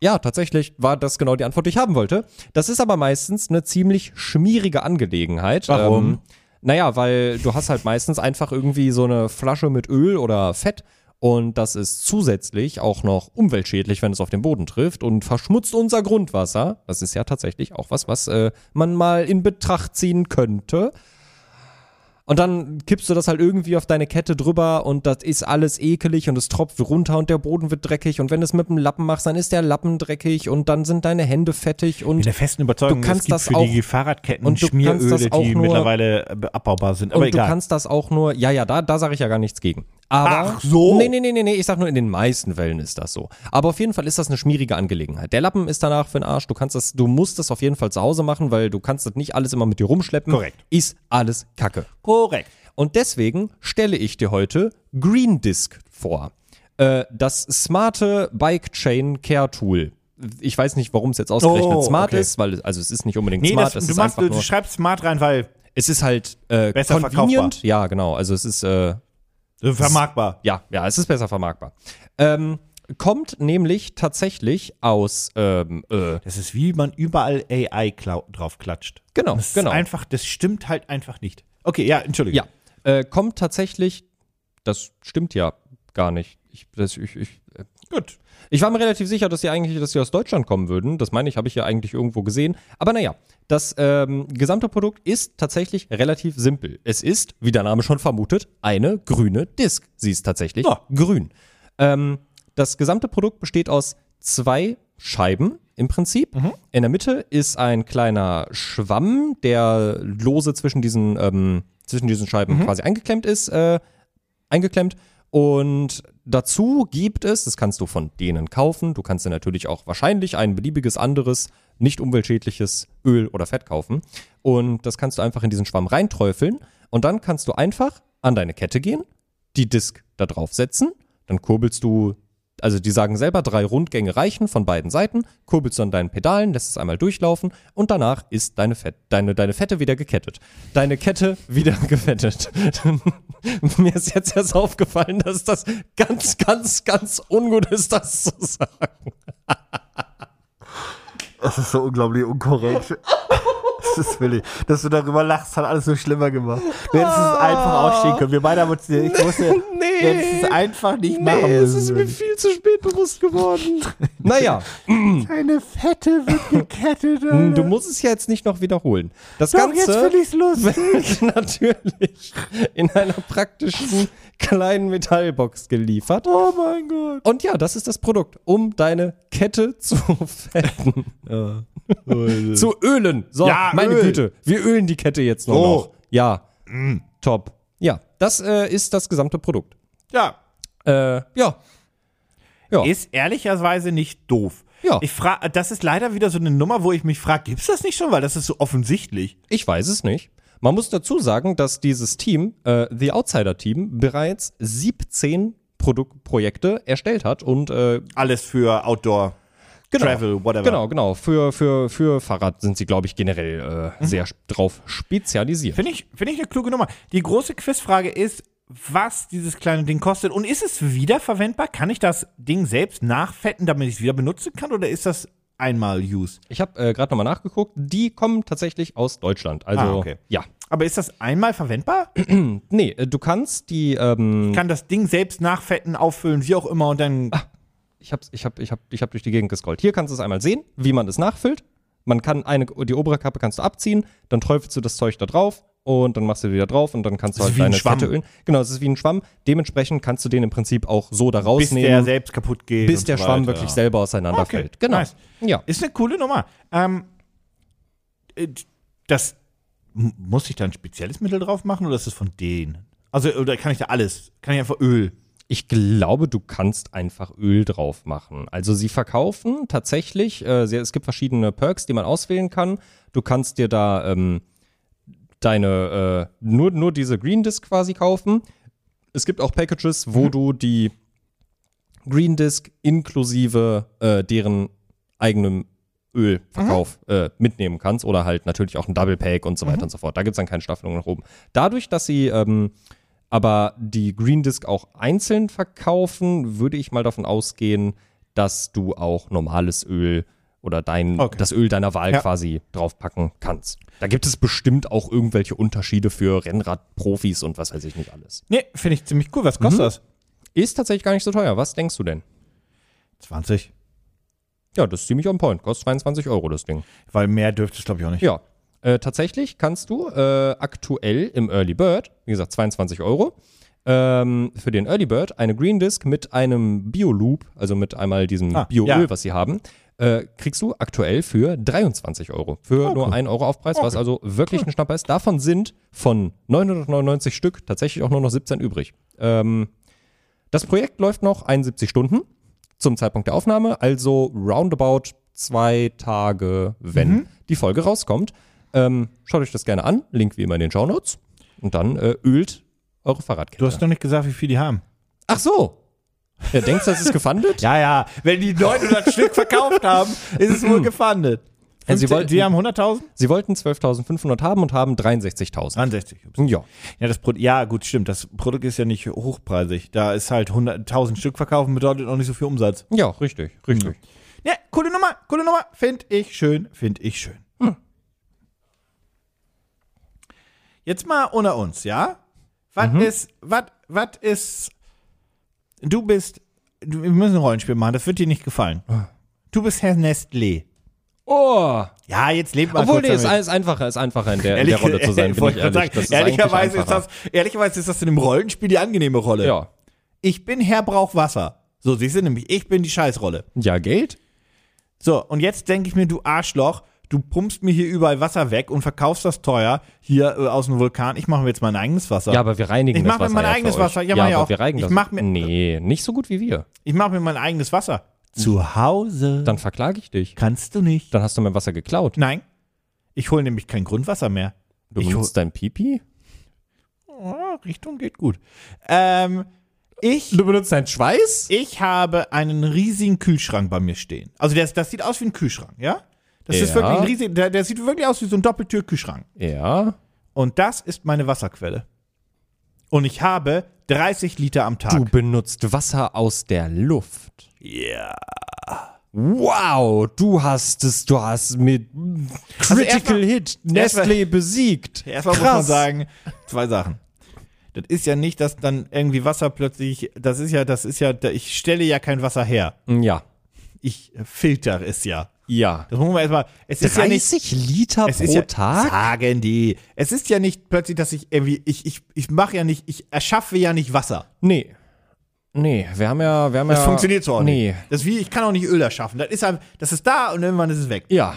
S3: Ja, tatsächlich war das genau die Antwort, die ich haben wollte. Das ist aber meistens eine ziemlich schmierige Angelegenheit.
S2: Warum?
S3: naja, weil du hast halt meistens einfach irgendwie so eine Flasche mit Öl oder Fett und das ist zusätzlich auch noch umweltschädlich, wenn es auf den Boden trifft und verschmutzt unser Grundwasser. Das ist ja tatsächlich auch was, was äh, man mal in Betracht ziehen könnte. Und dann kippst du das halt irgendwie auf deine Kette drüber und das ist alles ekelig und es tropft runter und der Boden wird dreckig und wenn du es mit dem Lappen machst, dann ist der Lappen dreckig und dann sind deine Hände fettig
S2: In
S3: und
S2: der festen Überzeugung,
S3: Du kannst
S2: es gibt
S3: das
S2: für die
S3: auch-
S2: Fahrradketten
S3: und du kannst das
S2: Schmieröle,
S3: auch
S2: die
S3: nur-
S2: mittlerweile äh, abbaubar sind. Aber
S3: und du
S2: egal.
S3: kannst das auch nur, ja, ja, da, da sage ich ja gar nichts gegen. Aber,
S2: Ach so.
S3: Nee, nee, nee, nee, nee, ich sag nur, in den meisten Fällen ist das so. Aber auf jeden Fall ist das eine schmierige Angelegenheit. Der Lappen ist danach für den Arsch. Du kannst das, du musst das auf jeden Fall zu Hause machen, weil du kannst das nicht alles immer mit dir rumschleppen.
S2: Korrekt.
S3: Ist alles Kacke.
S2: Korrekt.
S3: Und deswegen stelle ich dir heute Green Disk vor. Äh, das smarte Bike Chain Care Tool. Ich weiß nicht, warum es jetzt ausgerechnet
S2: Oh,
S3: smart
S2: okay.
S3: ist, weil es- also es ist nicht unbedingt
S2: Nee,
S3: smart,
S2: das,
S3: es
S2: du,
S3: ist
S2: machst,
S3: einfach
S2: du
S3: nur,
S2: schreibst smart rein, weil
S3: es ist halt äh,
S2: Besser
S3: convenient. Ja, genau. Also es ist äh,
S2: äh, vermarktbar.
S3: ja, ja, es ist besser vermarktbar. Ähm, kommt nämlich tatsächlich aus ähm, äh,
S2: Das ist wie man überall AI klau- drauf klatscht.
S3: genau,
S2: Das
S3: genau.
S2: ist einfach, das stimmt halt einfach nicht. Okay, ja, entschuldige.
S3: Ja, äh, kommt tatsächlich. Das stimmt ja gar nicht. Ich, das, ich, ich, äh,
S2: Gut.
S3: ich war mir relativ sicher, dass die eigentlich, dass die aus Deutschland kommen würden. Das meine ich, habe ich ja eigentlich irgendwo gesehen. Aber naja, das ähm, gesamte Produkt ist tatsächlich relativ simpel. Es ist, wie der Name schon vermutet, eine grüne Disk. Sie ist tatsächlich
S2: Ja.
S3: grün. Ähm, das gesamte Produkt besteht aus zwei Scheiben im Prinzip. In der Mitte ist ein kleiner Schwamm, der lose zwischen diesen, ähm, zwischen diesen Scheiben quasi eingeklemmt ist. Äh, eingeklemmt. Und dazu gibt es, das kannst du von denen kaufen, du kannst dir natürlich auch wahrscheinlich ein beliebiges anderes, nicht umweltschädliches Öl oder Fett kaufen. Und das kannst du einfach in diesen Schwamm reinträufeln. Und dann kannst du einfach an deine Kette gehen, die Disk da drauf setzen, dann kurbelst du, also die sagen selber, drei Rundgänge reichen von beiden Seiten, kurbelst du an deinen Pedalen, lässt es einmal durchlaufen und danach ist deine, Fett, deine, deine Fette wieder gekettet. Deine Kette wieder gefettet. Mir ist jetzt erst aufgefallen, dass das ganz, ganz, ganz ungut ist, das zu sagen.
S4: Das ist so unglaublich unkorrekt. Das ist willig. Dass du darüber lachst, hat alles so schlimmer gemacht. Du hättest es einfach ausstehen können. Wir beide haben uns, ich wusste,
S3: Nee.
S4: wir hättest es einfach nicht machen müssen.
S3: viel zu spät bewusst geworden. Naja,
S4: Deine Fette wird gekettet,
S3: du
S4: Alter.
S3: musst es ja jetzt nicht noch wiederholen. Das
S4: Doch,
S3: Ganze.
S4: jetzt finde ich's lustig.
S3: wird natürlich in einer praktischen kleinen Metallbox geliefert.
S4: Oh mein Gott.
S3: Und ja, das ist das Produkt, um deine Kette zu fetten. zu ölen. So,
S2: Ja,
S3: meine
S2: Öl.
S3: Güte, wir ölen die Kette jetzt nur
S2: So. Mm.
S3: noch. Ja, top. Ja, das äh, ist das gesamte Produkt.
S2: Ja.
S3: Äh, ja, Ja.
S2: Ist ehrlicherweise nicht doof.
S3: Ja.
S2: Ich frage, das ist leider wieder so eine Nummer, wo ich mich frage, gibt's das nicht schon? Weil das ist so offensichtlich.
S3: ich weiß es nicht. Man muss dazu sagen, dass dieses Team, äh, The Outsider Team, bereits 17 Produktprojekte erstellt hat und äh,
S2: Alles für Outdoor. Travel, whatever.
S3: Genau, genau. Für, für, für Fahrrad sind sie, glaube ich, generell
S2: Mhm.
S3: äh, sehr sp- drauf spezialisiert.
S2: Finde ich, finde ich eine kluge Nummer. Die große Quizfrage ist, was dieses kleine Ding kostet und ist es wiederverwendbar? Kann ich das Ding selbst nachfetten, damit ich es wieder benutzen kann oder ist das einmal Use?
S3: Ich habe äh, gerade nochmal nachgeguckt. Die kommen tatsächlich aus Deutschland. Also,
S2: Ah, okay.
S3: ja.
S2: Aber ist das einmal verwendbar?
S3: Nee, äh, du kannst die, ähm,
S2: Kann das Ding selbst nachfetten, auffüllen, wie auch immer und dann
S3: ich habe ich hab, ich hab, ich hab durch die Gegend gescrollt. Hier kannst du es einmal sehen, wie man es nachfüllt. Man kann eine, die obere Kappe kannst du abziehen, dann träufelst du das Zeug da drauf und dann machst du wieder drauf und dann kannst du
S2: Das
S3: halt
S2: ist wie ein
S3: deine
S2: Schwamm.
S3: Kette ölen. Genau, es ist wie ein Schwamm. Dementsprechend kannst du den im Prinzip auch so da
S2: bis der
S3: rausnehmen,
S2: selbst kaputt geht.
S3: bis
S2: und
S3: der
S2: so
S3: Schwamm
S2: weiter.
S3: wirklich selber auseinanderfällt. Genau.
S2: nice.
S3: Ja.
S2: Ist eine coole Nummer. Ähm, äh, das m- muss ich da ein spezielles Mittel drauf machen oder ist es von denen? Also oder kann ich da alles? Kann ich einfach Öl?
S3: Ich glaube, du kannst einfach Öl drauf machen. Also sie verkaufen tatsächlich, äh, sie, es gibt verschiedene Perks, die man auswählen kann. Du kannst dir da ähm, deine, äh, nur, nur diese Green Disc quasi kaufen. Es gibt auch Packages,
S2: Mhm.
S3: wo du die Green Disc inklusive äh, deren eigenem
S2: Mhm.
S3: Ölverkauf äh, mitnehmen kannst oder halt natürlich auch ein Double Pack
S2: Mhm.
S3: und so weiter und so fort. Da gibt's dann keine Staffelung nach oben. Dadurch, dass sie ähm, aber die Green Disc auch einzeln verkaufen, würde ich mal davon ausgehen, dass du auch normales Öl oder dein,
S2: Okay.
S3: das Öl deiner Wahl
S2: Ja.
S3: quasi draufpacken kannst. Da gibt es bestimmt auch irgendwelche Unterschiede für Rennradprofis und was weiß ich nicht alles.
S2: Nee, finde ich ziemlich cool. Was kostet
S3: Mhm.
S2: das?
S3: Ist tatsächlich gar nicht so teuer. Was denkst du denn?
S2: 20.
S3: Ja, das ist ziemlich on point. Kostet 22 Euro, das Ding.
S2: Weil mehr dürfte es, glaube ich, auch nicht.
S3: Ja, äh, tatsächlich kannst du äh, aktuell im Early Bird, wie gesagt, 22 Euro, ähm, für den Early Bird eine Green Disc mit einem Bio-Loop, also mit einmal diesem
S2: Ah,
S3: Bio-Öl,
S2: ja.
S3: was sie haben, äh, kriegst du aktuell für 23 Euro.
S2: Ah,
S3: Für nur 1 Euro Aufpreis, was also wirklich ein Schnapper ist. Davon sind von 999 Stück tatsächlich auch nur noch 17 übrig. Ähm, das Projekt läuft noch 71 Stunden zum Zeitpunkt der Aufnahme, also roundabout zwei Tage, wenn
S2: Mhm.
S3: die Folge rauskommt. Ähm, schaut euch das gerne an. Link wie immer in den Shownotes. Und dann äh, ölt eure Fahrradkette.
S2: Du hast noch nicht gesagt, wie viel die haben.
S3: Ach so. Ja, denkst du, das ist gefundet?
S2: Ja, ja. Wenn die 900 Stück verkauft haben, ist es wohl gefundet.
S3: Mhm. Ja, sie
S2: Fünfzehn-
S3: wollten-
S2: die haben 100.000?
S3: Sie wollten 12.500 haben und haben 63.000.
S2: 63. ups.
S3: Ja.
S2: Ja, das Pro ja, gut, stimmt. Das Produkt ist ja nicht hochpreisig. Da ist halt 100 1000 Stück verkaufen, bedeutet auch nicht so viel Umsatz.
S3: Ja, richtig, richtig.
S2: Ja, coole Nummer, coole Nummer. Find ich schön, find ich schön.
S3: Hm.
S2: Jetzt mal unter uns, ja? Was
S3: Mhm.
S2: ist, was, was ist, du bist, du, wir müssen ein Rollenspiel machen, das wird dir nicht gefallen.
S3: Ah.
S2: Du bist Herr Nestlé.
S3: Oh,
S2: Ja, jetzt lebt mal
S3: obwohl,
S2: kurz
S3: nee, ist
S2: damit.
S3: alles einfacher, ist einfacher in der, in der Rolle zu sein, bin ich
S2: wollte
S3: ehrlich.
S2: gerade Sagen,
S3: Das ist
S2: ehrlicherweise,
S3: eigentlich
S2: ist das, ehrlicherweise ist das in dem Rollenspiel die angenehme Rolle.
S3: Ja.
S2: Ich bin Herr Brauch Wasser. So, siehst du nämlich, ich bin die Scheißrolle.
S3: Ja, Geld?
S2: So, und jetzt denke ich mir, du Arschloch, du pumpst mir hier überall Wasser weg und verkaufst das teuer hier äh, aus dem Vulkan. Ich mache mir jetzt mein eigenes Wasser.
S3: Ja, aber wir reinigen
S2: Ich
S3: das
S2: mach mir
S3: Wasser.
S2: mein
S3: ja
S2: eigenes
S3: für euch.
S2: Wasser. Ja,
S3: Ja,
S2: mach ich
S3: aber
S2: auch.
S3: wir reinigen
S2: Ich
S3: das.
S2: mach mir-
S3: nee, nicht so gut wie wir.
S2: Ich mache mir mein eigenes Wasser. Zu Hause.
S3: Dann verklage ich dich.
S2: kannst du nicht.
S3: Dann hast du mein Wasser geklaut.
S2: Nein. Ich hole nämlich kein Grundwasser mehr.
S3: Du
S2: ich hol,
S3: benutzt dein Pipi?
S2: oh, Richtung geht gut. Ähm, ich,
S3: benutzt deinen Schweiß?
S2: ich habe einen riesigen Kühlschrank bei mir stehen. Also der, ist- das sieht aus wie ein Kühlschrank, ja? Das ist
S3: Ja.
S2: wirklich ein riesiger, der, der sieht wirklich aus wie so ein Doppeltür-Kühlschrank.
S3: Ja.
S2: Und das ist meine Wasserquelle. Und ich habe 30 Liter am Tag.
S3: Du benutzt Wasser aus der Luft. Ja. Wow, du hast es, du hast mit Critical
S2: erstmal-
S3: Hit
S2: erstmal-
S3: Nestlé besiegt.
S2: Erstmal muss man sagen, zwei Sachen. Das ist ja nicht, dass dann irgendwie Wasser plötzlich, das ist ja, das ist ja, da- ich stelle ja kein Wasser her.
S3: Ja.
S2: Ich filtere es ja.
S3: Ja.
S2: Das muss man erstmal, es ist ja nicht,
S3: 30 Liter
S2: es
S3: pro
S2: ist ja,
S3: Tag?
S2: sagen die. Es ist ja nicht plötzlich, dass ich irgendwie, ich, ich, ich mache ja nicht, ich erschaffe ja nicht Wasser.
S3: Nee. Nee, wir haben ja, wir haben
S2: Das
S3: ja.
S2: funktioniert so auch
S3: nee.
S2: nicht. Das ist wie, ich kann auch nicht Öl erschaffen. Das ist halt, das ist da und irgendwann ist es weg.
S3: Ja.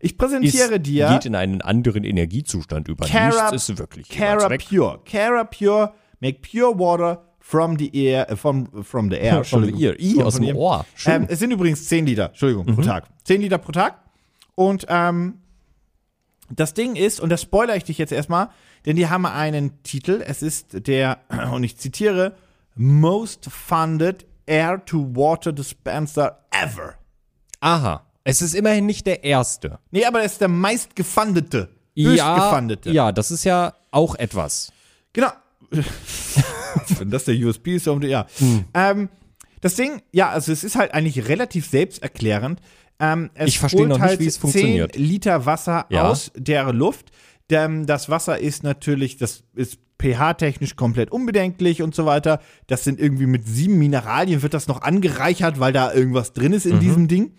S2: Ich präsentiere
S3: Es
S2: dir.
S3: Geht in einen anderen Energiezustand über.
S2: Cara-
S3: Nichts ist wirklich
S2: Cara
S3: jemals weg.
S2: Pure. Cara Pure, make pure water from the air, äh, from, from the air.
S3: From the
S2: Entschuldigung.
S3: ear. I aus dem
S2: the
S3: Ohr.
S2: air.
S3: Schön. Mhm.
S2: Ähm, es sind übrigens 10 Liter, Entschuldigung, pro Tag. 10 Liter pro Tag. Und ähm, das Ding ist, und das spoilere ich dich jetzt erstmal, denn die haben einen Titel. Es ist der, und ich zitiere, Most Funded Air to Water Dispenser Ever.
S3: Aha. Es ist immerhin nicht der erste.
S2: Nee, aber das ist der meistgefundete. höchstgefundete.
S3: ja, das ist ja auch etwas.
S2: Genau. Wenn das der USB ist, dann ja.
S3: Hm.
S2: Ähm, das Ding, ja, also es ist halt eigentlich relativ selbsterklärend. Ähm, es
S3: Ich verstehe
S2: holt
S3: noch nicht,
S2: halt
S3: wie es funktioniert.
S2: 10 Liter Wasser
S3: Ja.
S2: aus der Luft. Denn das Wasser ist natürlich, das ist pH-technisch komplett unbedenklich und so weiter. Das sind irgendwie mit sieben Mineralien wird das noch angereichert, weil da irgendwas drin
S3: Mhm.
S2: ist in diesem Ding.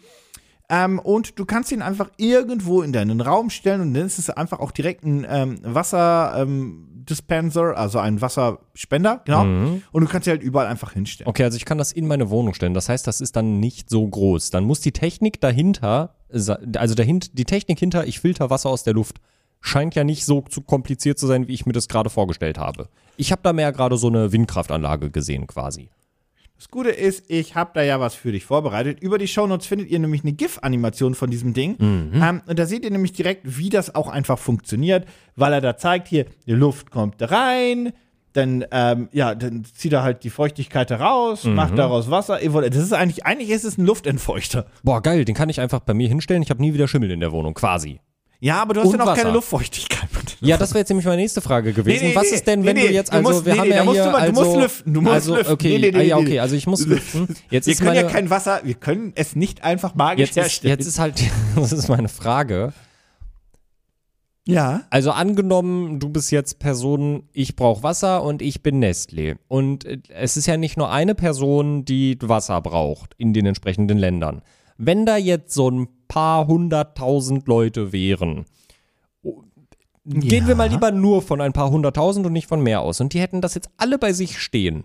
S2: Ähm, und du kannst ihn einfach irgendwo in deinen Raum stellen und dann ist es einfach auch direkt ein ähm, Wasserdispenser, ähm, Dispenser, also ein Wasserspender, genau. Und du kannst ihn halt überall einfach hinstellen.
S3: Okay, also ich kann das in meine Wohnung stellen. Das heißt, das ist dann nicht so groß. Dann muss die Technik dahinter, sa- also dahint, die Technik hinter, ich filter Wasser aus der Luft, scheint ja nicht so zu kompliziert zu sein, wie ich mir das gerade vorgestellt habe. Ich habe da mehr gerade so eine Windkraftanlage gesehen quasi.
S2: Das Gute ist, ich habe da ja was für dich vorbereitet. Über die Shownotes findet ihr nämlich eine GIF-Animation von diesem Ding. Ähm, und da seht ihr nämlich direkt, wie das auch einfach funktioniert, weil er da zeigt, hier, die Luft kommt rein, dann, ähm, ja, dann zieht er halt die Feuchtigkeit heraus, macht daraus Wasser. evol- Das ist eigentlich, eigentlich ist es ein Luftentfeuchter.
S3: Boah, geil, den kann ich einfach bei mir hinstellen. Ich habe nie wieder Schimmel in der Wohnung, quasi.
S2: Ja, aber du hast
S3: Und
S2: ja noch
S3: Wasser.
S2: keine Luftfeuchtigkeit. mit.
S3: Ja, das wäre jetzt nämlich meine nächste Frage gewesen.
S2: Nee, nee,
S3: Was
S2: nee,
S3: ist denn, wenn
S2: nee,
S3: du
S2: nee,
S3: jetzt
S2: du
S3: also
S2: musst-
S3: wir
S2: nee,
S3: haben
S2: nee,
S3: ja
S2: da musst
S3: hier
S2: du mal- du musst
S3: also
S2: lüften, du musst
S3: also
S2: lüften.
S3: okay,
S2: Nee, nee,
S3: ah, ja
S2: nee, nee.
S3: okay, also ich muss lüften. Jetzt
S2: Wir
S3: ist
S2: können
S3: meine
S2: ja kein Wasser, wir können es nicht einfach magisch
S3: jetzt ist,
S2: herstellen.
S3: jetzt ist halt das ist meine Frage.
S2: ja.
S3: Also angenommen, du bist jetzt Person, ich brauche Wasser und ich bin Nestlé. Und äh, es ist ja nicht nur eine Person, die Wasser braucht in den entsprechenden Ländern. Wenn da jetzt so ein paar hunderttausend Leute wären, oh, gehen wir mal lieber nur von ein paar hunderttausend und nicht von mehr aus. Und die hätten das jetzt alle bei sich stehen.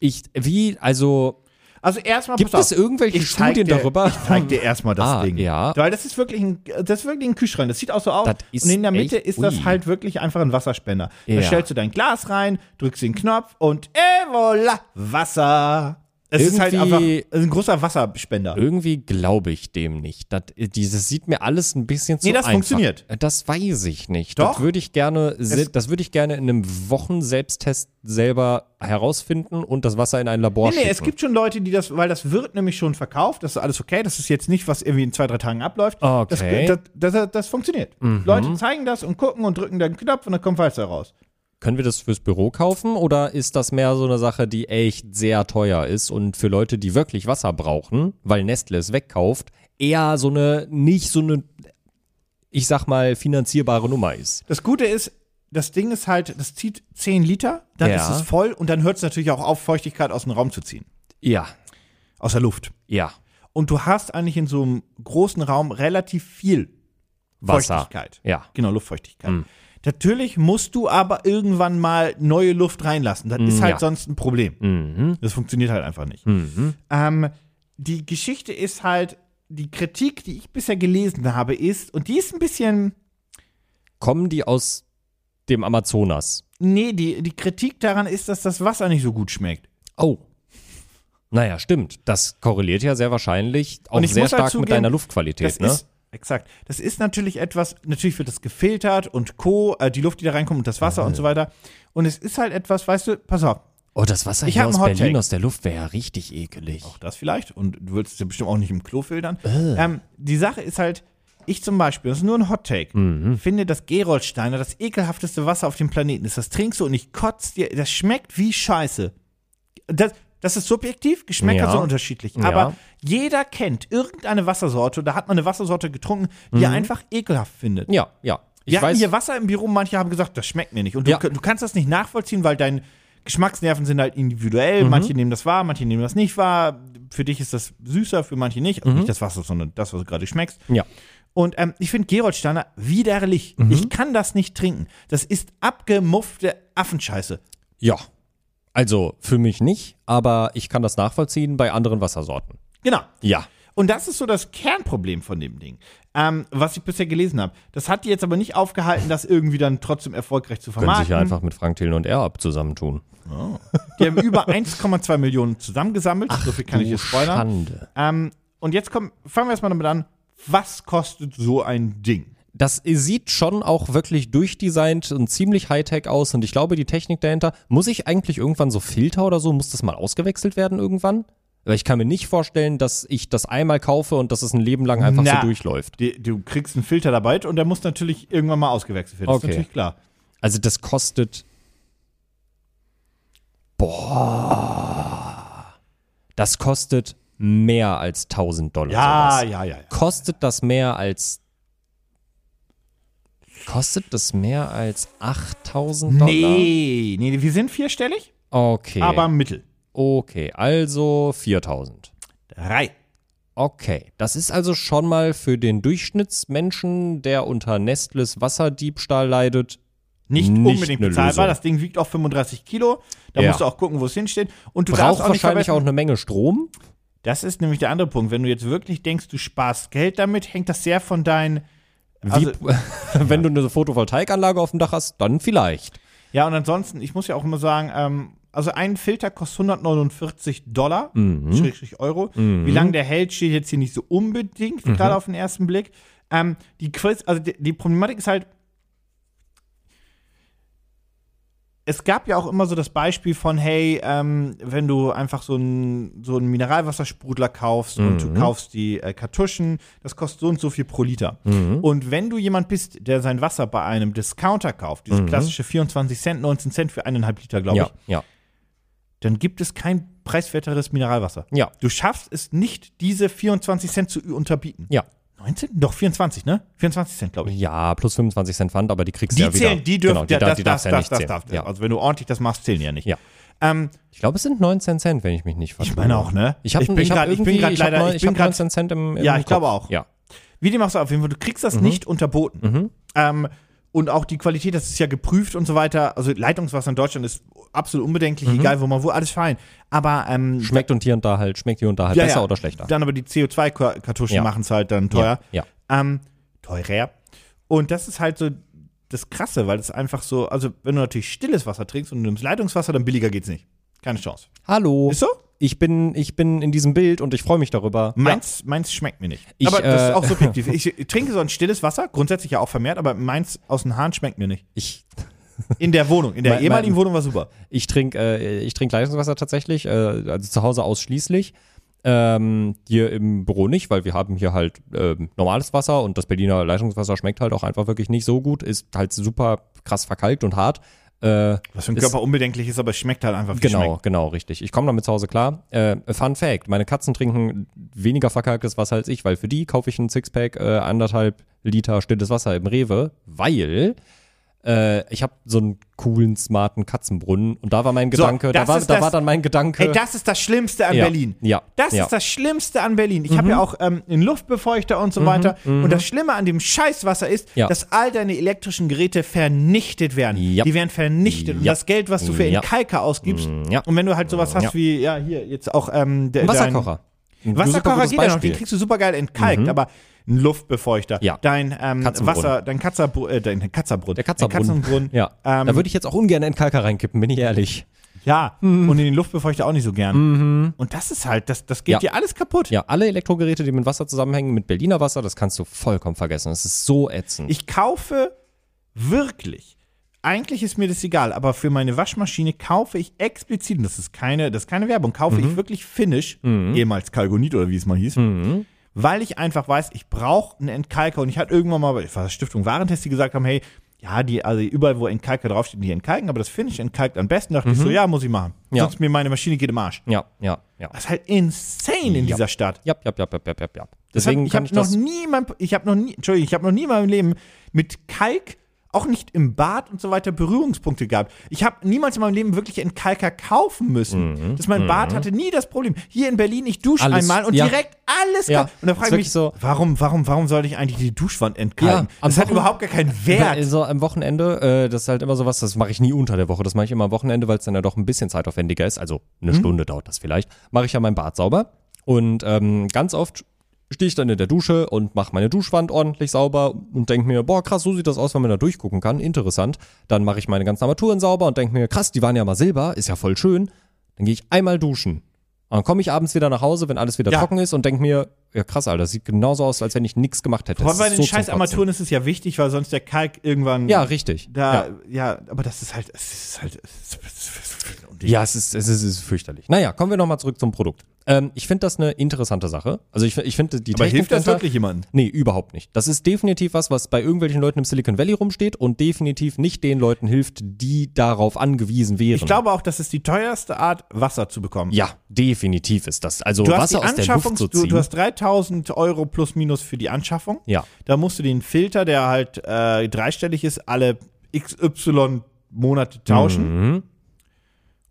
S3: Ich, wie, also,
S2: Also erstmal
S3: Gibt
S2: pass
S3: es
S2: auf,
S3: irgendwelche
S2: ich zeig
S3: Studien
S2: dir,
S3: darüber?
S2: Ich zeig dir erstmal das
S3: Ah,
S2: Ding.
S3: ja.
S2: Weil das ist wirklich ein, das ist wirklich ein Kühlschrank. Das sieht auch so aus.
S3: Das ist
S2: und in der Mitte
S3: echt-
S2: ist das
S3: ui.
S2: halt wirklich einfach ein Wasserspender. Da
S3: Ja.
S2: stellst du dein Glas rein, drückst den Knopf und et voilà, Wasser. Es ist halt einfach
S3: Irgendwie-
S2: es ist ein großer Wasserspender.
S3: irgendwie glaube ich dem nicht. Das, dieses sieht mir alles ein bisschen zu
S2: Nee, das
S3: einfach.
S2: funktioniert.
S3: Das weiß ich nicht.
S2: Doch.
S3: Das würde ich gerne, se- das würde ich gerne in einem Wochen-Selbsttest selber herausfinden und das Wasser in ein Labor
S2: Nee, nee,
S3: schicken.
S2: es gibt schon Leute, die das, weil das wird nämlich schon verkauft, das ist alles okay, das ist jetzt nicht, was irgendwie in zwei, drei Tagen abläuft.
S3: Okay. Mhm.
S2: Das, das, das, das funktioniert. Leute zeigen das und gucken und drücken dann Knopf und dann kommt Wasser raus.
S3: Können wir das fürs Büro kaufen oder ist das mehr so eine Sache, die echt sehr teuer ist und für Leute, die wirklich Wasser brauchen, weil Nestle es wegkauft, eher so eine, nicht so eine, ich sag mal, finanzierbare Nummer ist?
S2: Das Gute ist, das Ding ist halt, das zieht 10 Liter, dann
S3: Ja.
S2: ist es voll und dann hört es natürlich auch auf, Feuchtigkeit aus dem Raum zu ziehen.
S3: Ja,
S2: Aus der Luft.
S3: ja.
S2: Und du hast eigentlich in so einem großen Raum relativ viel
S3: Wasser.
S2: Feuchtigkeit.
S3: Ja. Mhm.
S2: Genau, Luftfeuchtigkeit. Natürlich musst du aber irgendwann mal neue Luft reinlassen. Das ist halt
S3: Mhm, ja.
S2: sonst ein Problem.
S3: Mhm.
S2: Das funktioniert halt einfach nicht. Ähm, die Geschichte ist halt, die Kritik, die ich bisher gelesen habe, ist, und die ist ein bisschen,
S3: Kommen die aus dem Amazonas?
S2: nee, die, die Kritik daran ist, dass das Wasser nicht so gut schmeckt.
S3: Oh. Naja, stimmt. Das korreliert ja sehr wahrscheinlich auch
S2: Und ich
S3: sehr
S2: muss halt
S3: stark mit
S2: zugeben,
S3: deiner Luftqualität,
S2: Das
S3: ne?
S2: ist, exakt. Das ist natürlich etwas, natürlich wird das gefiltert und Co., äh, die Luft, die da reinkommt und das Wasser und so weiter. Und es ist halt etwas, weißt du, pass auf,
S3: oh, das Wasser
S2: Ich
S3: hier
S2: hab
S3: aus
S2: einen Hot
S3: Berlin
S2: Take.
S3: aus der Luft wäre ja richtig ekelig.
S2: auch das vielleicht, und du willst es ja bestimmt auch nicht im Klo filtern.
S3: Äh.
S2: Ähm, die Sache ist halt, ich zum Beispiel, das ist nur ein Hot Take,
S3: Mhm.
S2: finde, dass Gerolsteiner das ekelhafteste Wasser auf dem Planeten ist. Das trinkst du und ich kotzt dir, das schmeckt wie Scheiße. Das, das ist subjektiv, Geschmäcker
S3: Ja.
S2: sind unterschiedlich.
S3: Ja.
S2: Aber jeder kennt irgendeine Wassersorte, da hat man eine Wassersorte getrunken,
S3: Mhm.
S2: die er einfach ekelhaft findet.
S3: Ja, ja. Ich
S2: Wir hatten
S3: weiß,
S2: hier Wasser im Büro, manche haben gesagt, das schmeckt mir nicht. Und du,
S3: Ja.
S2: du kannst das nicht nachvollziehen, weil deine Geschmacksnerven sind halt individuell.
S3: Mhm.
S2: Manche nehmen das wahr, manche nehmen das nicht wahr. Für dich ist das süßer, für manche nicht. Also nicht das Wasser, sondern das, was du gerade schmeckst.
S3: Mhm. ja. Mhm.
S2: Und ähm, ich finde Gerolsteiner widerlich. Ich kann das nicht trinken. Das ist abgemuffte Affenscheiße.
S3: Ja. Also für mich nicht, aber ich kann das nachvollziehen bei anderen Wassersorten.
S2: Genau.
S3: Ja.
S2: Und das ist so das Kernproblem von dem Ding, ähm, was ich bisher gelesen habe. Das hat die jetzt aber nicht aufgehalten, das irgendwie dann trotzdem erfolgreich zu
S3: Können
S2: vermarkten.
S3: sich ja einfach mit Frank Thelen und Erb zusammentun.
S2: Die haben über 1,2 Millionen zusammengesammelt. so viel kann ich
S3: du
S2: jetzt spoilern.
S3: Schande.
S2: Ähm, und jetzt kommen, fangen wir erstmal damit an. Was kostet so ein Ding?
S3: Das sieht schon auch wirklich durchdesignt und ziemlich Hightech aus und ich glaube, die Technik dahinter, muss ich eigentlich irgendwann so Filter oder so, muss das mal ausgewechselt werden irgendwann? Weil ich kann mir nicht vorstellen, dass ich das einmal kaufe und dass es ein Leben lang einfach
S2: Na.
S3: so durchläuft.
S2: Die, du kriegst einen Filter dabei und der muss natürlich irgendwann mal ausgewechselt werden. Das
S3: Okay.
S2: ist natürlich klar.
S3: Also das kostet Boah. Das kostet mehr als 1000 Dollar sowas.
S2: ja, ja, ja.
S3: kostet das mehr als kostet das mehr als 8000 Dollar?
S2: Nee, nee, wir sind vierstellig,
S3: Okay.
S2: aber mittel.
S3: okay, also 4000.
S2: Drei.
S3: Okay, das ist also schon mal für den Durchschnittsmenschen, der unter Nestles Wasserdiebstahl leidet.
S2: Nicht,
S3: Nicht
S2: unbedingt
S3: eine
S2: bezahlbar.
S3: Lösung.
S2: Das Ding wiegt auch 35 Kilo. Da
S3: Ja.
S2: musst du auch gucken, wo es hinsteht. Und du
S3: Braucht
S2: darfst auch nicht
S3: wahrscheinlich
S2: vergessen-
S3: auch eine Menge Strom.
S2: Das ist nämlich der andere Punkt. Wenn du jetzt wirklich denkst, du sparst Geld damit, hängt das sehr von deinen
S3: Wie,
S2: Also-
S3: wenn du eine Photovoltaikanlage auf dem Dach hast, dann vielleicht.
S2: Ja, und ansonsten, ich muss ja auch immer sagen, ähm, also ein Filter kostet 149 Dollar, Schrägstrich Euro. Wie lange der hält, steht jetzt hier nicht so unbedingt, gerade auf den ersten Blick. Ähm, die Quiz, also die, die Problematik ist halt, es gab ja auch immer so das Beispiel von, hey, ähm, wenn du einfach so einen so einen Mineralwassersprudler kaufst und du kaufst die äh, Kartuschen, das kostet so und so viel pro Liter. Und wenn du jemand bist, der sein Wasser bei einem Discounter kauft, dieses klassische 24 Cent, 19 Cent für eineinhalb Liter, glaube ich,
S3: ja,
S2: dann gibt es kein preiswerteres Mineralwasser.
S3: ja,
S2: Du schaffst es nicht, diese 24 Cent zu unterbieten.
S3: ja.
S2: 19? Doch, 24, ne? 24 Cent, glaube ich.
S3: Ja, plus 25 Cent Pfand, aber die kriegst
S2: Die
S3: du ja wieder.
S2: zählen, die dürfen,
S3: genau, die,
S2: ja,
S3: darf-
S2: das,
S3: die
S2: das,
S3: darfst
S2: das,
S3: ja
S2: das,
S3: nicht
S2: das,
S3: zählen. ja.
S2: Also wenn du ordentlich das machst, zählen die ja nicht.
S3: Ja.
S2: Ähm,
S3: Ich glaube, es sind 19 Cent, wenn ich mich nicht vertue.
S2: Ich meine auch, ne?
S3: Ich, hab,
S2: Ich bin
S3: ich, hab
S2: grad- ich bin
S3: irgendwie-
S2: grad
S3: ich hab
S2: leider-
S3: neun-
S2: ich
S3: ich
S2: bin
S3: habe
S2: grad-
S3: 19 Cent im, im
S2: Ja, ich
S3: Kopf.
S2: glaube auch.
S3: Ja.
S2: wie dem auch sei, auf jeden Fall, du kriegst
S3: Mhm.
S2: das nicht unterboten. Ähm, und auch die Qualität, das ist ja geprüft und so weiter. Also Leitungswasser in Deutschland ist absolut unbedenklich,
S3: Mhm.
S2: egal wo man wo, alles fein. Aber ähm,
S3: Schmeckt und hier und da halt, schmeckt hier und da halt
S2: Ja,
S3: besser
S2: ja.
S3: oder schlechter.
S2: Dann aber die CO2-Kartuschen
S3: Ja.
S2: machen es halt dann teuer.
S3: Ja,
S2: Ähm, teurer. Und das ist halt so das Krasse, weil es einfach so, also wenn du natürlich stilles Wasser trinkst und du nimmst Leitungswasser, dann billiger geht's nicht. Keine Chance.
S3: Hallo.
S2: Ist so?
S3: Ich bin, ich bin in diesem Bild und ich freue mich darüber.
S2: Meins, meins schmeckt mir nicht.
S3: Ich,
S2: aber das ist
S3: äh,
S2: auch subjektiv. Ich trinke sonst stilles Wasser, grundsätzlich ja auch vermehrt, aber meins aus dem Hahn schmeckt mir nicht.
S3: Ich,
S2: In der Wohnung, in der
S3: Mein-
S2: ehemaligen
S3: mein-
S2: Wohnung war super.
S3: ich trinke äh, ich trink Leitungswasser tatsächlich, äh, also zu Hause ausschließlich. Ähm, hier im Büro nicht, weil wir haben hier halt ähm, normales Wasser und das Berliner Leitungswasser schmeckt halt auch einfach wirklich nicht so gut, ist halt super krass verkalkt und hart. Äh,
S2: Was für ein
S3: ist-
S2: Körper unbedenklich ist, aber es schmeckt halt einfach wie es
S3: Genau,
S2: schmeckt.
S3: genau, richtig. Ich komme damit zu Hause klar. Äh, Fun Fact: Meine Katzen trinken weniger verkalktes Wasser als ich, weil für die kaufe ich ein Sixpack äh, anderthalb Liter stilles Wasser im Rewe, weil äh, ich habe so einen coolen, smarten Katzenbrunnen und da war mein
S2: So,
S3: Gedanke, da,
S2: das
S3: war,
S2: ist
S3: da
S2: das-
S3: war dann mein Gedanke.
S2: Ey, das ist das Schlimmste an
S3: Ja,
S2: Berlin.
S3: ja,
S2: Das
S3: ja. Mhm.
S2: ist das Schlimmste an Berlin. Ich habe ja auch ähm, einen Luftbefeuchter und so weiter. Und das Schlimme an dem Scheißwasser ist,
S3: Ja.
S2: dass all deine elektrischen Geräte vernichtet werden.
S3: Ja.
S2: Die werden vernichtet. Und
S3: Ja.
S2: das Geld, was du für
S3: Ja. Mhm.
S2: Entkalker ausgibst,
S3: Ja.
S2: und wenn du halt sowas hast
S3: Ja.
S2: wie, ja, hier, jetzt auch ähm, der, dein-
S3: Ein Wasserkocher. Ein super
S2: Wasserkocher
S3: gutes
S2: geht ja noch,
S3: Beispiel. Mhm.
S2: den kriegst du super geil entkalkt, aber ein Luftbefeuchter,
S3: Ja.
S2: dein ähm,
S3: Katzenbrunnen.
S2: Wasser, dein Katzerbrunn, äh, dein Katzerbrunnen,
S3: der Katzenbrunnen.
S2: dein Katzenbrunnen
S3: Ja.
S2: ähm,
S3: da würde ich jetzt auch ungern Entkalker reinkippen, bin ich ehrlich.
S2: ja,
S3: Mhm.
S2: und in den Luftbefeuchter auch nicht so gern. Und das ist halt, das, das geht
S3: Ja.
S2: dir alles kaputt.
S3: Ja, alle Elektrogeräte, die mit Wasser zusammenhängen, mit Berliner Wasser, das kannst du vollkommen vergessen. Das ist so ätzend.
S2: Ich kaufe wirklich, eigentlich ist mir das egal, aber für meine Waschmaschine kaufe ich explizit, und das ist keine, das ist keine Werbung, kaufe
S3: Mhm.
S2: ich wirklich Finish, ehemals Kalgonit oder wie es mal hieß,
S3: Mhm.
S2: weil ich einfach weiß, ich brauche einen Entkalker und ich hatte irgendwann mal bei der Stiftung Warentest, die gesagt haben, hey, ja, die, also überall, wo Entkalker draufsteht, die entkalken, aber das Finish entkalkt am besten, dachte ich so, ja, muss ich machen.
S3: Mhm. Ja.
S2: Sonst mir meine Maschine geht im Arsch.
S3: ja, ja, ja.
S2: Das ist halt insane in
S3: Ja.
S2: dieser Stadt.
S3: Ja, ja, ja, ja, ja, ja, ja.
S2: Das hab-
S3: Deswegen
S2: ich
S3: kann
S2: habe
S3: ich
S2: noch
S3: das.
S2: nie mein, ich habe noch nie, Entschuldigung, ich habe noch nie in meinem Leben mit Kalk auch nicht im Bad und so weiter Berührungspunkte gehabt. Ich habe niemals in meinem Leben wirklich einen Kalker kaufen müssen. Das mein Bad hatte nie das Problem. Hier in Berlin, ich dusche
S3: Alles,
S2: einmal und
S3: ja.
S2: direkt alles
S3: Ja,
S2: kal- Und da
S3: ist
S2: frage ich
S3: wirklich
S2: mich,
S3: so.
S2: warum, warum, warum sollte ich eigentlich die Duschwand entkalken?
S3: Ja, am
S2: das hat
S3: Wochen-
S2: überhaupt gar keinen Wert.
S3: Also am Wochenende, äh, das ist halt immer sowas, das mache ich nie unter der Woche, das mache ich immer am Wochenende, weil es dann ja doch ein bisschen zeitaufwendiger ist, also eine
S2: Hm?
S3: Stunde dauert das vielleicht, mache ich ja mein Bad sauber und ähm, ganz oft stehe ich dann in der Dusche und mache meine Duschwand ordentlich sauber und denke mir, boah krass, so sieht das aus, wenn man da durchgucken kann, interessant. Dann mache ich meine ganzen Armaturen sauber und denke mir, krass, die waren ja mal silber, ist ja voll schön. Dann gehe ich einmal duschen. Und dann komme ich abends wieder nach Hause, wenn alles wieder
S2: Ja.
S3: trocken ist und denke mir, ja krass, Alter, das sieht genauso aus, als wenn ich nichts gemacht hätte.
S2: Vor
S3: Das
S2: allem bei
S3: ist
S2: den
S3: so zum
S2: scheiß
S3: Kotzen.
S2: Armaturen ist es ja wichtig, weil sonst der Kalk irgendwann
S3: Ja, richtig.
S2: da,
S3: ja.
S2: ja. aber das ist halt, es ist halt, es ist, es ist, und ich-
S3: ja es, ist, es, ist, es ist fürchterlich. Naja, kommen wir nochmal zurück zum Produkt. Ähm, ich finde das eine interessante Sache. Also ich, fi- ich finde die
S2: aber
S3: Technik
S2: hilft das
S3: dahinter-
S2: wirklich jemandem?
S3: Nee, überhaupt nicht. Das ist definitiv was, was bei irgendwelchen Leuten im Silicon Valley rumsteht und definitiv nicht den Leuten hilft, die darauf angewiesen wären.
S2: Ich glaube auch, das ist die teuerste Art, Wasser zu bekommen.
S3: Mhm. Ja, definitiv ist das. Also
S2: Du hast, die
S3: Wasser aus der Luft
S2: Anschaffungs
S3: zu
S2: du,
S3: ziehen.
S2: du hast 3000 Euro plus minus für die Anschaffung.
S3: ja,
S2: Da musst du den Filter, der halt äh, dreistellig ist, alle XY Monate tauschen.
S3: Mhm.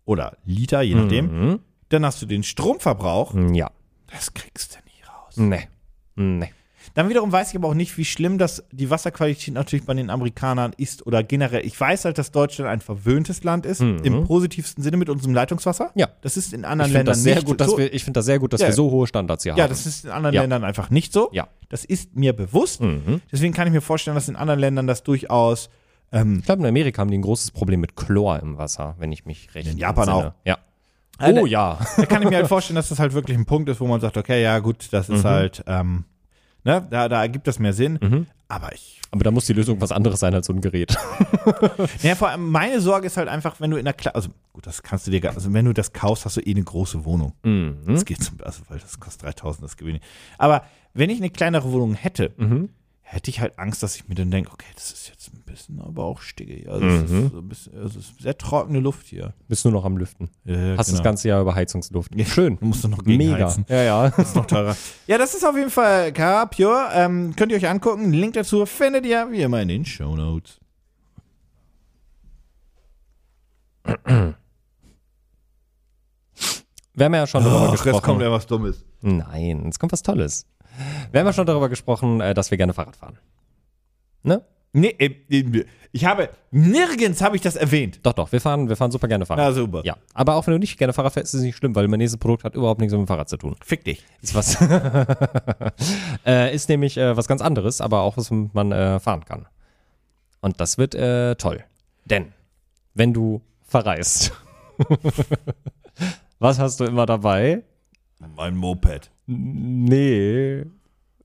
S2: Oder Liter, je nachdem.
S3: Mhm.
S2: Dann hast du den Stromverbrauch.
S3: ja.
S2: Das kriegst du nie raus.
S3: Nee. Nee.
S2: Dann wiederum weiß ich aber auch nicht, wie schlimm das die Wasserqualität natürlich bei den Amerikanern ist oder generell. Ich weiß halt, dass Deutschland ein verwöhntes Land ist, im positivsten Sinne mit unserem Leitungswasser.
S3: Mhm. Ja.
S2: Das ist in
S3: Ich
S2: anderen
S3: finde
S2: Ländern
S3: das, sehr
S2: nicht
S3: gut, dass
S2: so.
S3: wir- ich find das sehr gut, dass
S2: Ja.
S3: wir so hohe Standards hier
S2: Ja,
S3: haben.
S2: das ist in anderen
S3: Ja.
S2: Ländern einfach nicht so.
S3: Ja. Mhm.
S2: Das ist mir bewusst. Deswegen kann ich mir vorstellen, dass in anderen Ländern das durchaus.
S3: ich glaube, in Amerika haben die ein großes Problem mit Chlor im Wasser, wenn ich mich recht
S2: In Japan
S3: entsinne.
S2: auch.
S3: Ja.
S2: Alter.
S3: Oh ja.
S2: Da kann ich mir halt vorstellen, dass das halt wirklich ein Punkt ist, wo man sagt, okay, ja gut, das
S3: Mhm.
S2: ist halt, ähm, ne, da, da ergibt das mehr Sinn. Aber ich.
S3: Aber da muss die Lösung was anderes sein als so ein Gerät.
S2: Naja, vor allem meine Sorge ist halt einfach, wenn du in der Kle also gut, das kannst du dir gar, also wenn du das kaufst, hast du eh eine große Wohnung.
S3: Mhm.
S2: Das geht zum, also weil das kostet 3000, das gewinne ich. Aber wenn ich eine kleinere Wohnung hätte,
S3: Mhm.
S2: hätte ich halt Angst, dass ich mir dann denke, okay, das ist jetzt ein bisschen aber auch stickig. Also es
S3: Mhm.
S2: ist so ein bisschen, also es ist sehr trockene Luft hier.
S3: Bist nur noch am Lüften.
S2: ja,
S3: Hast das
S2: genau.
S3: ganze Jahr über Heizungsluft. Schön.
S2: Du musst dann noch
S3: Mega.
S2: gegenheizen.
S3: Ja, ja.
S2: Ist noch teurer. Ja, das ist auf jeden Fall Cara Pure. Ähm, könnt ihr euch angucken. Link dazu findet ihr wie immer in den Show Notes.
S3: Wir haben ja schon
S2: Oh,
S3: darüber
S1: Ach,
S3: gesprochen.
S1: jetzt kommt ja was Dummes.
S3: Nein, jetzt kommt was Tolles. Wir haben ja schon darüber gesprochen, äh, dass wir gerne Fahrrad fahren. Ne?
S2: Nee, äh, äh, ich habe, nirgends habe ich das erwähnt.
S3: Doch, doch, wir fahren, wir fahren super gerne Fahrrad.
S2: Na, super.
S3: Ja, aber auch wenn du nicht gerne Fahrrad fährst, ist es nicht schlimm, weil mein nächstes Produkt hat überhaupt nichts mit dem Fahrrad zu tun.
S2: Fick dich.
S3: Ist was. äh, ist nämlich äh, was ganz anderes, aber auch was womit man äh, fahren kann. Und das wird äh, toll. Denn wenn du verreist, was hast du immer dabei?
S2: Mein Moped.
S3: Nee,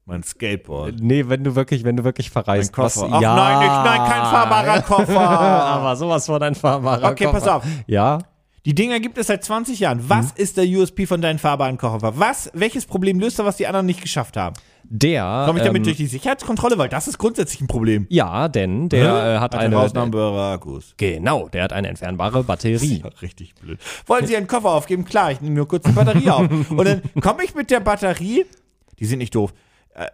S2: Mein Skateboard.
S3: nee, wenn du wirklich, wenn du wirklich verreist, Äh, was?
S2: Ach
S3: ja.
S2: nein, nicht, nein, kein fahrbarer Koffer.
S3: Aber sowas von ein fahrbarer
S2: Okay,
S3: Koffer.
S2: pass auf.
S3: Ja,
S2: Die Dinger gibt es seit 20 Jahren. Was
S3: Hm.
S2: ist der USP von deinen fahrbaren Koffer? Was, welches Problem löst er, was die anderen nicht geschafft haben?
S3: der.
S2: Komme ich damit
S3: ähm,
S2: durch die Sicherheitskontrolle? Weil das ist grundsätzlich ein Problem.
S3: Ja, denn der äh, hat eine.
S2: Ausnahmbare Akkus.
S3: Genau, der hat eine entfernbare Batterie.
S2: Richtig blöd. Wollen Sie einen Koffer aufgeben? Klar, ich nehme nur kurz die Batterie auf. Und dann komme ich mit der Batterie. Die sind nicht doof. Äh,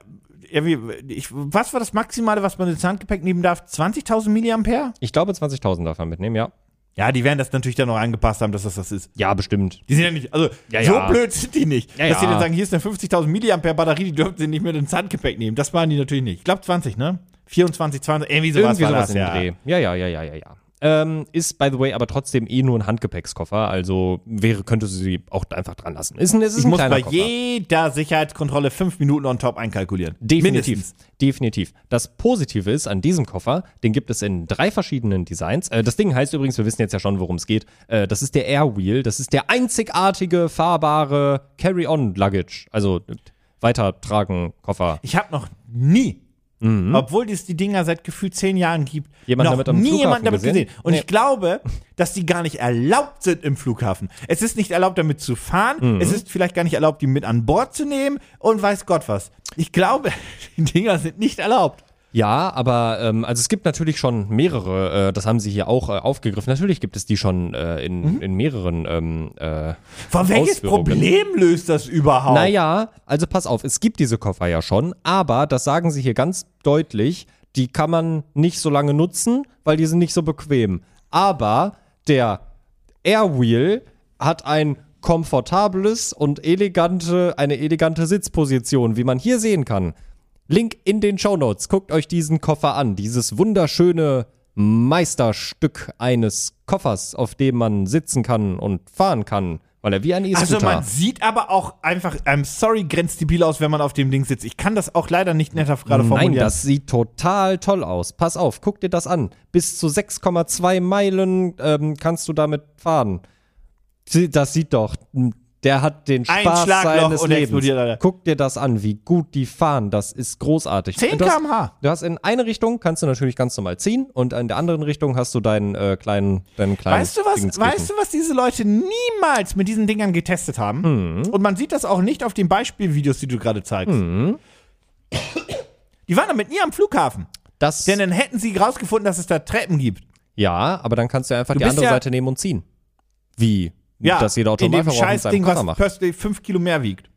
S2: irgendwie, ich, was war das Maximale, was man ins Handgepäck nehmen darf? 20.000 Milliampere?
S3: Ich glaube, 20.000 darf man mitnehmen, ja.
S2: Ja, die werden das natürlich dann noch angepasst haben, dass das das ist.
S3: Ja, bestimmt.
S2: Die sind ja nicht, also
S3: Ja,
S2: so
S3: ja.
S2: blöd sind die nicht.
S3: Ja,
S2: dass sie
S3: ja.
S2: dann sagen, hier ist eine 50.000 Milliampere Batterie, die dürfen sie nicht mit ins Handgepäck nehmen. Das waren die natürlich nicht. Ich glaube 20, ne? 24, 20, irgendwie sowas
S3: Irgendwie
S2: war
S3: sowas
S2: das,
S3: in dem
S2: ja.
S3: Dreh. Ja, ja, ja, ja, ja, ja. Ähm, ist, by the way, aber trotzdem eh nur ein Handgepäckskoffer, also wäre, könnte sie auch einfach dran lassen. Ist ein, ist
S2: Ich
S3: ein
S2: muss
S3: kleiner
S2: bei
S3: Koffer.
S2: jeder Sicherheitskontrolle fünf Minuten on top einkalkulieren.
S3: Definitiv.
S2: Mindestens.
S3: Definitiv. Das Positive ist an diesem Koffer, den gibt es in drei verschiedenen Designs. Äh, das Ding heißt übrigens, wir wissen jetzt ja schon, worum es geht. Äh, das ist der Airwheel. Das ist der einzigartige fahrbare Carry-on-Luggage. Also äh, weitertragen Koffer.
S2: Ich habe noch nie, obwohl es die Dinger seit gefühlt zehn Jahren gibt,
S3: Mhm. Jemand
S2: noch
S3: damit am
S2: nie
S3: Flughafen
S2: jemanden damit gesehen.
S3: gesehen?
S2: Und
S3: Nee.
S2: ich glaube, dass die gar nicht erlaubt sind im Flughafen. Es ist nicht erlaubt, damit zu fahren.
S3: Mhm.
S2: Es ist vielleicht gar nicht erlaubt, die mit an Bord zu nehmen und weiß Gott was. Ich glaube, die Dinger sind nicht erlaubt.
S3: Ja, aber ähm, also es gibt natürlich schon mehrere, äh, das haben sie hier auch äh, aufgegriffen. Natürlich gibt es die schon äh, in, in mehreren. Ähm, äh,
S2: Von welches
S3: Ausführungen.
S2: Problem löst das überhaupt?
S3: Naja, also pass auf, es gibt diese Koffer ja schon, aber das sagen sie hier ganz deutlich, die kann man nicht so lange nutzen, weil die sind nicht so bequem. Aber der Airwheel hat ein komfortables und elegante, eine elegante Sitzposition, wie man hier sehen kann. Link in den Shownotes. Guckt euch diesen Koffer an. Dieses wunderschöne Meisterstück eines Koffers, auf dem man sitzen kann und fahren kann, weil er wie ein E-Scooter.
S2: Also man sieht aber auch einfach, I'm sorry, grenzt die Biele aus, wenn man auf dem Ding sitzt. Ich kann das auch leider nicht netter gerade formulieren.
S3: Nein, das sieht total toll aus. Pass auf, guck dir das an. Bis zu 6,2 Meilen ähm, kannst du damit fahren. Sie- Das sieht doch. Der hat den
S2: Ein
S3: Spaß
S2: Schlagloch
S3: seines
S2: und
S3: Lebens.
S2: explodiert, Alter.
S3: Guck dir das an, wie gut die fahren. Das ist großartig.
S2: 10
S3: Du hast-
S2: km/h.
S3: Du hast in eine Richtung kannst du natürlich ganz normal ziehen und in der anderen Richtung hast du deinen äh, kleinen, deinen kleinen.
S2: Weißt du, was,
S3: Dingskicken.
S2: weißt du, was diese Leute niemals mit diesen Dingern getestet haben?
S3: Mhm.
S2: Und man sieht das auch nicht auf den Beispielvideos, die du gerade zeigst.
S3: Mhm.
S2: Die waren damit nie am Flughafen.
S3: Das,
S2: Denn dann hätten sie rausgefunden, dass es da Treppen gibt.
S3: ja, aber dann kannst du einfach die
S2: bist
S3: andere
S2: ja-
S3: Seite nehmen und ziehen. Wie?
S2: Ja,
S3: dass jeder Automat
S2: in dem Scheißding, was
S3: macht.
S2: plötzlich fünf Kilo mehr wiegt.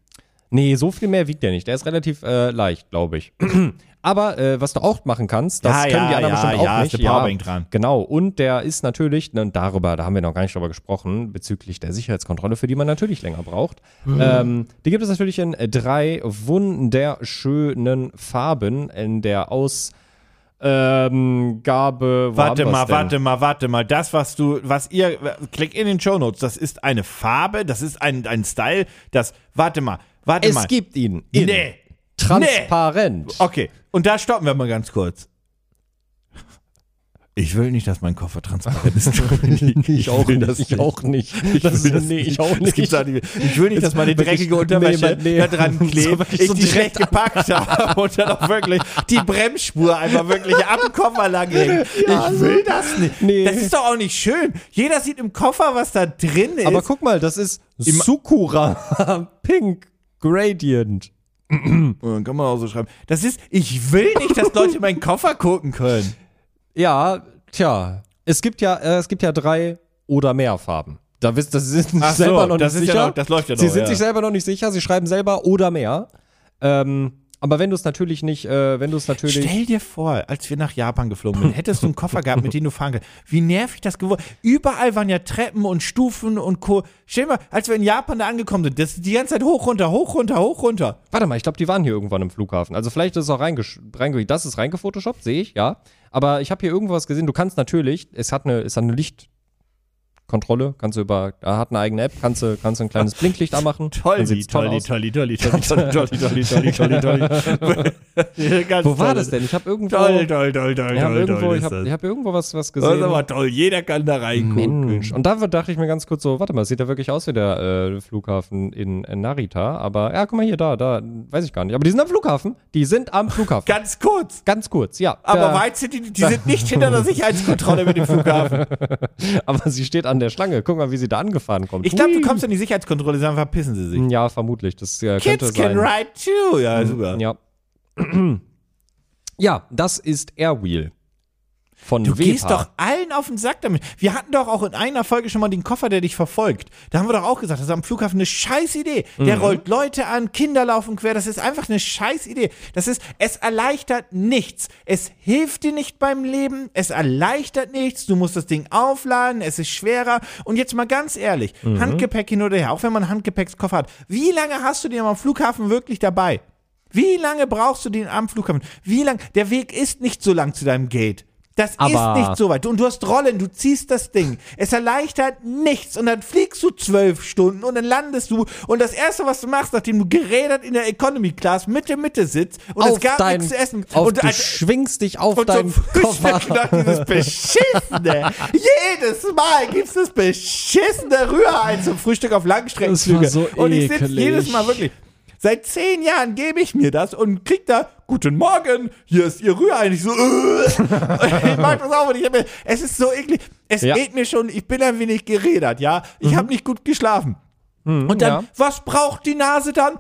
S3: Nee, so viel mehr wiegt der nicht. Der ist relativ äh, leicht, glaube ich. Aber äh, was du auch machen kannst, das
S2: Ja,
S3: können die
S2: ja,
S3: anderen
S2: ja,
S3: bestimmt auch
S2: ja,
S3: nicht.
S2: ist eine Powerbank dran.
S3: Genau, und der ist natürlich, ne, darüber, da haben wir noch gar nicht drüber gesprochen, bezüglich der Sicherheitskontrolle, für die man natürlich länger braucht.
S2: Mhm.
S3: Ähm, die gibt es natürlich in äh, drei wunderschönen Farben in der Ausgabe. Ähm, Gabe, wo
S2: Warte
S3: haben wir's
S2: mal,
S3: denn?
S2: warte mal, warte mal. Das, was du, was ihr, klick in den Show Notes, das ist eine Farbe, das ist ein, ein Style, das, warte mal, warte
S3: Es
S2: mal.
S3: gibt ihn. in
S2: Nee.
S3: Transparent.
S2: Okay, und da stoppen wir mal ganz kurz. Ich will nicht, dass mein Koffer transparent ist. Dominik.
S3: Ich auch
S2: will
S3: nicht.
S2: das
S3: Ich auch nicht. Das
S2: will
S3: ist-
S2: das
S3: nee,
S2: nicht.
S3: ich auch
S2: Es gibt
S3: nicht.
S2: da die- Ich will nicht, dass meine
S3: Wirklich,
S2: dreckige
S3: nee,
S2: Unterwäsche
S3: nee.
S2: da dran
S3: So,
S2: klebt,
S3: wirklich
S2: ich
S3: so
S2: die direkt
S3: direkt
S2: gepackt habe und dann auch wirklich die Bremsspur einmal wirklich am Koffer lang hängt. Ich will das nicht.
S3: also- Nee.
S2: Das ist doch auch nicht schön. Jeder sieht im Koffer, was da drin ist.
S3: Aber guck mal, das ist Sukura Pink Gradient.
S2: Und dann kann man auch so schreiben. Das ist, ich will nicht, dass Leute meinen Koffer gucken können.
S3: Ja, tja. Es gibt ja, äh, es gibt ja drei oder mehr Farben. Da wisst, das sind sich
S2: Ach so,
S3: selber noch
S2: das
S3: nicht
S2: ist ja
S3: sicher.
S2: noch- das läuft ja
S3: Sie
S2: noch,
S3: sind
S2: ja.
S3: sich selber noch nicht sicher. Sie schreiben selber oder mehr. Ähm, aber wenn du es natürlich nicht, äh, wenn du es natürlich
S2: Stell dir vor, als wir nach Japan geflogen sind, hättest du einen Koffer gehabt, mit dem du fahren kannst. Wie nervig das geworden. Überall waren ja Treppen und Stufen und Co. Stell dir mal, als wir in Japan da angekommen sind, das ist die ganze Zeit hoch runter, hoch runter, hoch runter.
S3: Warte mal, ich glaube, die waren hier irgendwann im Flughafen. Also vielleicht ist es auch reingesch reinge das ist reingefotoshoppt, sehe ich, ja. Aber ich habe hier irgendwas gesehen. Du kannst natürlich, es hat eine, es hat eine Lichtkontrolle, kannst du über, da hat eine eigene App, kannst du, kannst du ein kleines Blinklicht anmachen. Dann sieht's aus.
S2: tolli, tolli, tolli, tolli, tolli, tolli, tolli, tolli, tolli. Ganz
S3: Wo war
S2: toll.
S3: das denn? Ich habe irgendwo,
S2: Toll, toll, toll, toll,
S3: ich habe
S2: toll,
S3: irgendwo,
S2: toll.
S3: ich
S2: ist
S3: habe
S2: das.
S3: ich hab irgendwo was,
S2: Das
S3: was
S2: ist
S3: gesehen.
S2: aber toll, jeder kann da reingucken.
S3: Mensch. Und da dachte ich mir ganz kurz so, warte mal, sieht ja wirklich aus wie der äh, Flughafen in, in Narita. Aber ja, guck mal hier, da, da, weiß ich gar nicht. Aber die sind am Flughafen. Die sind am Flughafen.
S2: Ganz kurz.
S3: Ganz kurz, ja.
S2: Aber
S3: da,
S2: weißt du, die, die sind nicht hinter der Sicherheitskontrolle mit dem Flughafen.
S3: Aber sie steht an der Schlange. Guck mal, wie sie da angefahren kommt.
S2: Ich glaube, du
S3: Hui.
S2: kommst an die Sicherheitskontrolle, sagen, verpissen sie sich.
S3: Ja, vermutlich. Das äh, könnte
S2: Kids can
S3: sein.
S2: ride too. Ja, super.
S3: Ja. ja, das ist Airwheel. Von
S2: Du
S3: Weta.
S2: gehst doch allen auf den Sack damit. Wir hatten doch auch in einer Folge schon mal den Koffer, der dich verfolgt. Da haben wir doch auch gesagt, das ist am Flughafen eine scheiß Idee. Der rollt Leute an, Kinder laufen quer. Das ist einfach eine scheiß Idee. Das ist, es erleichtert nichts. Es hilft dir nicht beim Leben. Es erleichtert nichts. Du musst das Ding aufladen. Es ist schwerer. Und jetzt mal ganz ehrlich, Handgepäck hin oder her, auch wenn man einen Handgepäckskoffer hat. Wie lange hast du den am Flughafen wirklich dabei? Wie lange brauchst du den am Flughafen? Wie lang? Der Weg ist nicht so lang zu deinem Gate. Das
S3: Aber-
S2: ist nicht so weit. Und du hast Rollen, du ziehst das Ding. Es erleichtert nichts. Und dann fliegst du zwölf Stunden und dann landest du. Und das Erste, was du machst, nachdem du gerädert in der Economy Class Mitte, Mitte sitzt und
S3: auf
S2: es gab
S3: dein,
S2: nichts zu essen.
S3: Auf,
S2: und
S3: du
S2: als-
S3: schwingst dich auf
S2: und
S3: deinen
S2: zum
S3: Koffer.
S2: Frühstück noch dieses beschissene. Jedes Mal gibt's das beschissene Rührei zum Frühstück auf Langstreckenflüge.
S3: Das war so
S2: und ich sitze
S3: ekelig.
S2: jedes Mal wirklich. Seit zehn Jahren gebe ich mir das und krieg da Guten Morgen, hier ist Ihr Rührei. Und ich so, äh. ich mag das auch nicht. Ich hab mir- Es ist so eklig. Es
S3: Ja. Mhm.
S2: geht mir schon, ich bin ein wenig gerädert, ja. Ich habe nicht gut geschlafen. Und dann,
S3: Hm, ja.
S2: was braucht die Nase dann?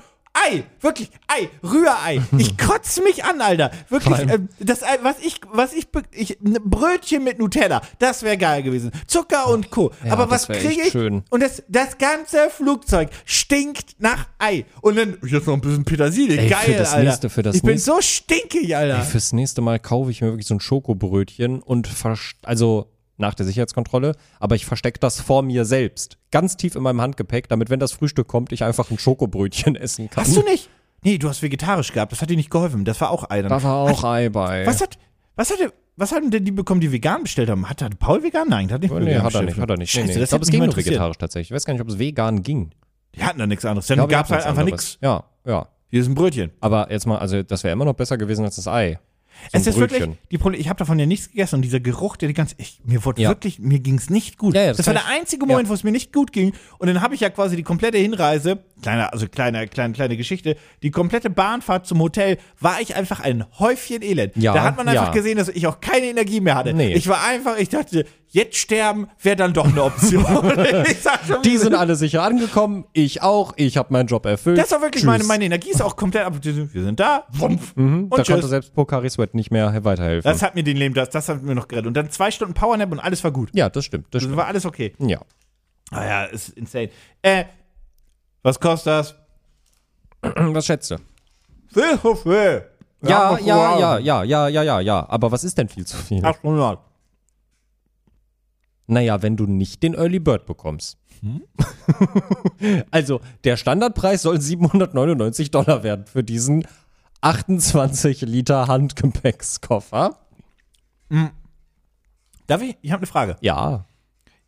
S2: Ei, wirklich, Ei, Rührei. Ich kotze mich an, Alter. Wirklich, ähm, das, Ei, was ich, was ich, be- ich, ein Brötchen mit Nutella, das wäre geil gewesen. Zucker und Co.
S3: Oh, Ja,
S2: Aber was
S3: das wär echt
S2: kriege ich?
S3: schön.
S2: Und das, das ganze Flugzeug stinkt nach Ei. Und dann, jetzt noch ein bisschen Petersilie.
S3: Ey, für
S2: geil,
S3: das
S2: Alter.
S3: nächste, für das
S2: ich bin
S3: nächste-
S2: so stinkig, Alter.
S3: Ey, fürs nächste Mal kaufe ich mir wirklich so ein Schokobrötchen und versch- also nach der Sicherheitskontrolle, aber ich verstecke das vor mir selbst. Ganz tief in meinem Handgepäck, damit, wenn das Frühstück kommt, ich einfach ein Schokobrötchen essen kann.
S2: Hast du nicht? Nee, du hast vegetarisch gehabt. Das hat dir nicht geholfen. Das war auch Ei. Dann.
S3: Da war auch Ei bei.
S2: Was hat, was hat, was haben denn die bekommen, die vegan bestellt haben? Hat, hat Paul vegan? Nein, hat nicht
S3: Oh, nee,
S2: vegan
S3: hat er
S2: bestellt.
S3: nicht, hat er nicht. Nee,
S2: Scheiße, das
S3: nee. Ich glaube,
S2: hätte
S3: es
S2: mich
S3: ging
S2: mal
S3: nur um
S2: interessiert.
S3: vegetarisch tatsächlich. Ich weiß gar nicht, ob es vegan ging.
S2: Die hatten da nichts anderes.
S3: Ich
S2: Dann
S3: glaube,
S2: gab es
S3: die hatten
S2: halt
S3: was
S2: einfach nichts.
S3: anderes. Ja, ja.
S2: Hier ist ein Brötchen.
S3: Aber jetzt mal, also das wäre immer noch besser gewesen als das Ei. So
S2: es
S3: ein
S2: ist wirklich,
S3: Brötchen.
S2: die Problem, ich habe davon ja nichts gegessen und dieser Geruch, der die ganze, ich, mir wurde
S3: Ja.
S2: wirklich, mir ging es nicht gut.
S3: Ja, ja,
S2: das
S3: das
S2: war
S3: kann
S2: der
S3: ich-
S2: einzige Moment, wo es mir nicht gut ging. Und dann habe ich ja quasi die komplette Hinreise, kleiner, also kleine, kleine, kleine Geschichte, die komplette Bahnfahrt zum Hotel war ich einfach ein Häufchen Elend.
S3: Ja,
S2: da hat man einfach
S3: ja.
S2: gesehen, dass ich auch keine Energie mehr hatte.
S3: Nee.
S2: Ich war einfach, ich dachte, jetzt sterben wäre dann doch eine Option. ich sag schon,
S3: Die sind alle sicher angekommen. Ich auch. Ich habe meinen Job erfüllt.
S2: das war wirklich
S3: Tschüss. Mhm.
S2: meine, meine Energie ist auch komplett ab. Wir sind da. Wumpf. und
S3: Da konnte
S2: tschüss.
S3: selbst Pokari Sweat nicht mehr weiterhelfen.
S2: Das hat mir den Leben, das, das hat mir noch gerettet. Und dann zwei Stunden Powernap und alles war gut.
S3: ja, das stimmt. Das
S2: Das
S3: stimmt.
S2: war alles okay.
S3: Ja.
S2: Ah ja, ist insane. Äh, was kostet das?
S3: Was schätzt du?
S2: Viel zu viel. Wir
S3: Ja,
S2: haben
S3: ja,
S2: noch
S3: ja, ja, ja, ja, ja, ja. Aber was ist denn viel zu viel?
S2: 800.
S3: Naja, wenn du nicht den Early Bird bekommst.
S2: Hm?
S3: also, der Standardpreis soll 799 Dollar werden für diesen 28 Liter Handgepäckskoffer.
S2: Darf ich? Ich habe eine Frage.
S3: Ja.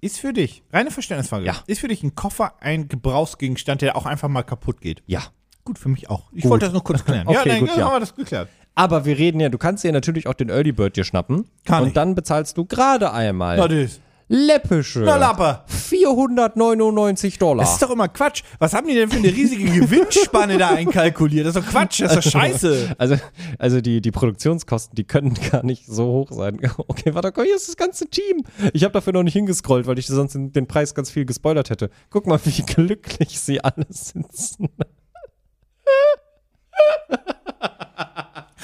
S2: Ist für dich, reine Verständnisfrage,
S3: Ja.
S2: ist für dich ein Koffer ein Gebrauchsgegenstand, der auch einfach mal kaputt geht?
S3: Ja.
S2: Gut, für mich auch. Ich wollte das nur kurz klären. ja,
S3: Okay,
S2: nein,
S3: gut,
S2: dann
S3: ja.
S2: haben wir das geklärt.
S3: Aber wir reden ja, du kannst dir natürlich auch den Early Bird dir schnappen.
S2: Kann
S3: und
S2: ich.
S3: dann bezahlst du gerade
S2: Na,
S3: einmal
S2: das.
S3: läppische
S2: Na, Lappe.
S3: 499 Dollar.
S2: Das ist doch immer Quatsch. Was haben die denn für eine riesige Gewinnspanne da einkalkuliert? Das ist doch Quatsch, das ist doch scheiße.
S3: Also, also die, die Produktionskosten, die können gar nicht so hoch sein. Okay, warte, guck, hier ist das ganze Team. Ich habe dafür noch nicht hingescrollt, weil ich sonst den, den Preis ganz viel gespoilert hätte. Guck mal, wie glücklich sie alle sitzen.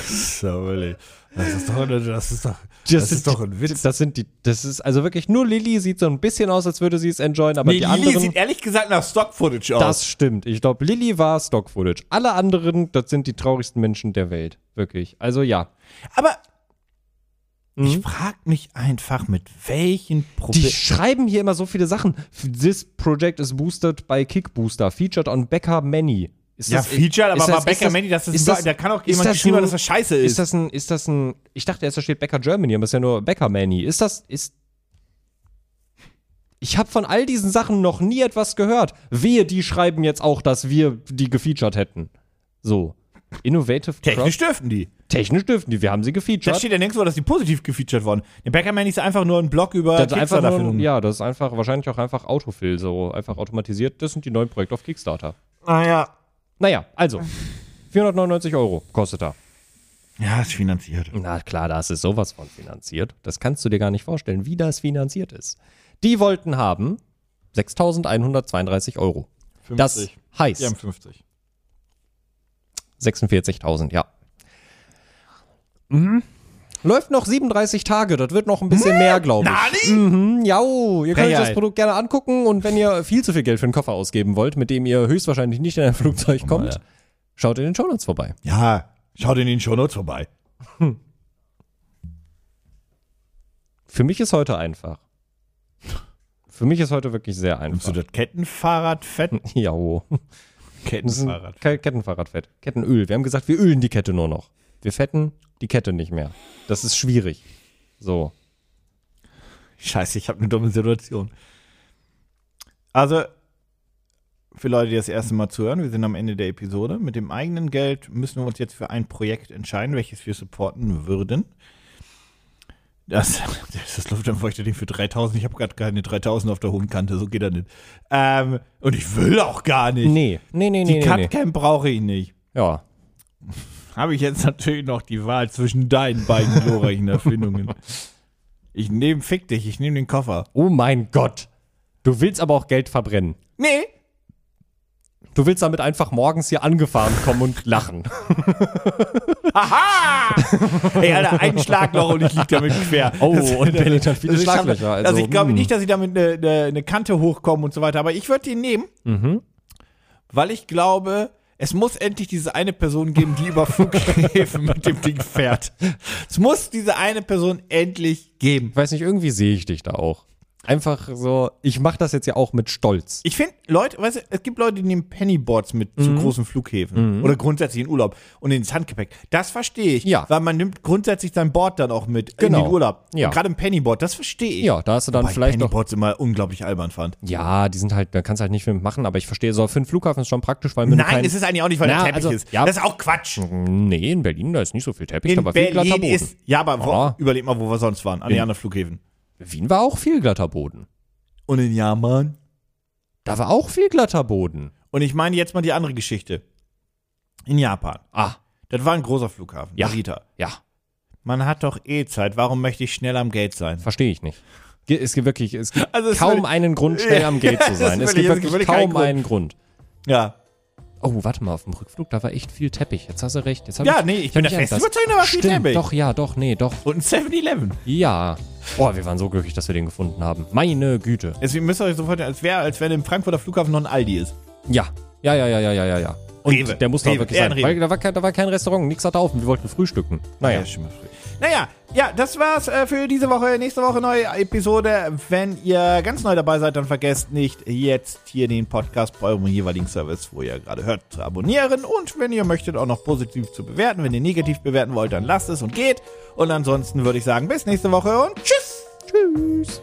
S4: So, really. Das ist doch, das ist doch,
S3: sind- Das sind die, das ist also wirklich nur Lilly sieht so ein bisschen aus, als würde sie es enjoyen, aber die
S2: Lilly
S3: anderen.
S2: sieht ehrlich gesagt nach Stock-Footage aus.
S3: Das stimmt. Ich glaube, Lilly war Stock-Footage. Alle anderen, das sind die traurigsten Menschen der Welt. Wirklich. Also ja.
S2: Aber ich
S3: Mhm.
S2: frage mich einfach, mit welchen
S3: Die
S2: Problemen.
S3: schreiben hier immer so viele Sachen. This project is boosted by Kickbooster, featured on Becker Many. Ist
S2: Ja, Feature, aber
S3: ist
S2: war
S3: das- ist
S2: Becker Mandy, das ist, ein- da kann auch
S3: ist
S2: jemand geschrieben haben,
S3: ein-
S2: dass das scheiße ist.
S3: Ist das ein, ist das ein, ich dachte erst, da steht Becker Germany, aber es ist ja nur Becker Many. Ist das, ist, ich habe von all diesen Sachen noch nie etwas gehört. Wehe, die schreiben jetzt auch, dass wir die gefeatured hätten. So. Innovative
S2: Technisch dürften die.
S3: Crowd- Technisch dürften die, wir haben sie
S2: Da
S3: gefeatured.
S2: steht ja nirgendwo, dass die positiv gefeatured wurden. Der Becker Mandy ist einfach nur ein Blog über
S3: Das ist einfach
S2: Kickstarter-Findungen.
S3: nur, ja, das ist einfach wahrscheinlich auch einfach Autofill, so einfach automatisiert. Das sind die neuen Projekte auf Kickstarter.
S4: naja.
S3: Naja, also 499 Euro kostet er.
S2: Ja, ist finanziert.
S3: Na klar, da ist es sowas von finanziert. Das kannst du dir gar nicht vorstellen, wie das finanziert ist. Die wollten haben 6.132 Euro. Das
S2: 50.
S3: heißt
S2: Die haben 50.
S3: 46.000, ja. Läuft noch 37 Tage, das wird noch ein bisschen mehr, glaube ich.
S2: Ali?
S3: Ja, ihr könnt euch
S2: Freiheit.
S3: das Produkt gerne angucken und wenn ihr viel zu viel Geld für einen Koffer ausgeben wollt, mit dem ihr höchstwahrscheinlich nicht in ein Flugzeug kommt, schaut in den Shownotes vorbei.
S2: Ja, schaut in den Shownotes vorbei.
S3: Für mich ist heute einfach. Für mich ist heute wirklich sehr
S2: Nimmst du
S3: einfach.
S2: das Kettenfahrrad fett?
S3: Ja, oh. Das ist ein Ke- Kettenfahrradfett. Kettenöl. Wir haben gesagt, wir ölen die Kette nur noch. Wir fetten die Kette nicht mehr. Das ist schwierig. So.
S2: Scheiße, ich habe eine dumme Situation. Also, für Leute, die das erste Mal zuhören, wir sind am Ende der Episode. Mit dem eigenen Geld müssen wir uns jetzt für ein Projekt entscheiden, welches wir supporten würden. Das, das ist das Luftampfeuchterding für 3000. Ich habe gerade keine 3000 auf der hohen Kante, so geht er nicht. Ähm, und ich will auch gar nicht.
S3: Nee, nee, nee,
S2: die
S3: nee, nee, nee.
S2: Cutcam brauche ich nicht.
S3: Ja.
S2: Habe ich jetzt natürlich noch die Wahl zwischen deinen beiden glorreichen Erfindungen. Ich nehme, fick dich, ich nehme den Koffer.
S3: Oh mein Gott. Du willst aber auch Geld verbrennen.
S2: Nee,
S3: Du willst damit einfach morgens hier angefahren kommen und lachen.
S2: Ey, Alter, einen Schlagloch und ich lieg damit quer.
S3: Oh, und Berlin hat viele
S2: ich hab-
S3: Schlaglöcher, also,
S2: Also, ich glaube
S3: hm.
S2: nicht, dass ich damit eine ne, ne Kante hochkomme und so weiter, aber ich würde ihn nehmen,
S3: Mhm.
S2: weil ich glaube, es muss endlich diese eine Person geben, die über Flughäfen mit dem Ding fährt. Es muss diese eine Person endlich geben.
S3: Ich weiß nicht, irgendwie sehe ich dich da auch. Einfach so, ich mache das jetzt ja auch mit Stolz.
S2: Ich finde, Leute, weißt du, es gibt Leute, die nehmen Pennyboards mit
S3: Mhm.
S2: zu großen Flughäfen oder grundsätzlich in Urlaub und ins Handgepäck. Das verstehe ich,
S3: Ja.
S2: weil man nimmt grundsätzlich sein Board dann auch mit in
S3: Genau.
S2: den Urlaub.
S3: Ja.
S2: Und gerade ein Pennyboard, das verstehe ich.
S3: Ja, da hast du dann
S2: Wobei ich
S3: vielleicht noch.
S2: Pennyboards immer unglaublich albern fand.
S3: Ja, die sind halt, da kannst du halt nicht viel mitmachen, aber ich verstehe, so für einen Flughafen ist schon praktisch, weil man.
S2: Nein, es ist eigentlich auch nicht, weil
S3: Na,
S2: der Teppich
S3: also,
S2: ist.
S3: ja.
S2: Das ist auch Quatsch.
S3: Nee, in Berlin, da ist nicht so viel Teppich,
S2: In
S3: da war viel glatter
S2: Berlin
S3: Boden.
S2: ist. Ja, aber wo,
S3: Ah.
S2: überleg mal, wo wir sonst waren. An den anderen Flughäfen.
S3: Wien war auch viel glatter Boden.
S2: Und in Japan.
S3: Da war auch viel glatter Boden.
S2: Und ich meine jetzt mal die andere Geschichte. In Japan.
S3: Ah,
S2: Das war ein großer Flughafen.
S3: Ja.
S2: Narita.
S3: ja,
S2: Man hat doch eh Zeit. Warum möchte ich schnell am Gate sein?
S3: verstehe ich nicht. Ge- Es gibt wirklich, es gibt
S2: Also, es ist
S3: kaum
S2: völlig-
S3: einen Grund, schnell
S2: Ja,
S3: am Gate zu
S2: es ist
S3: sein. Es
S2: völlig-
S3: gibt
S2: es gibt völlig
S3: wirklich
S2: keinen
S3: kaum
S2: Grund.
S3: einen Grund.
S2: Ja.
S3: Oh, warte mal, auf dem Rückflug, da war echt viel Teppich. Jetzt hast du recht. Jetzt hab
S2: Ja,
S3: ich,
S2: nee, ich
S3: hab
S2: bin
S3: mich
S2: der festen
S3: anders.
S2: Überzeugung, da war viel
S3: Stimmt,
S2: Teppich.
S3: Doch, ja, doch, nee, doch.
S2: Und ein 7-Eleven.
S3: Ja. Boah, wir waren so glücklich, dass wir den gefunden haben. Meine Güte.
S2: Also, Deswegen müsst ihr euch so vorstellen, als wäre, als wenn im Frankfurter Flughafen noch ein Aldi ist.
S3: Ja. Ja, ja, ja, ja, ja, ja, ja. Und
S2: Rewe.
S3: der muss da
S2: Rewe.
S3: wirklich
S2: Ja,
S3: sein.
S2: ein Rewe.
S3: Weil da war, kein, da war kein Restaurant, nichts hat auf und wir wollten frühstücken. Naja.
S2: Ah Ja, schon mal früh. Naja, ja, das war's äh, für diese Woche. Nächste Woche neue Episode. Wenn ihr ganz neu dabei seid, dann vergesst nicht, jetzt hier den Podcast bei eurem jeweiligen Service, wo ihr gerade hört, zu abonnieren. Und wenn ihr möchtet, auch noch positiv zu bewerten. Wenn ihr negativ bewerten wollt, dann lasst es und geht. Und ansonsten würde ich sagen, bis nächste Woche und tschüss. Tschüss.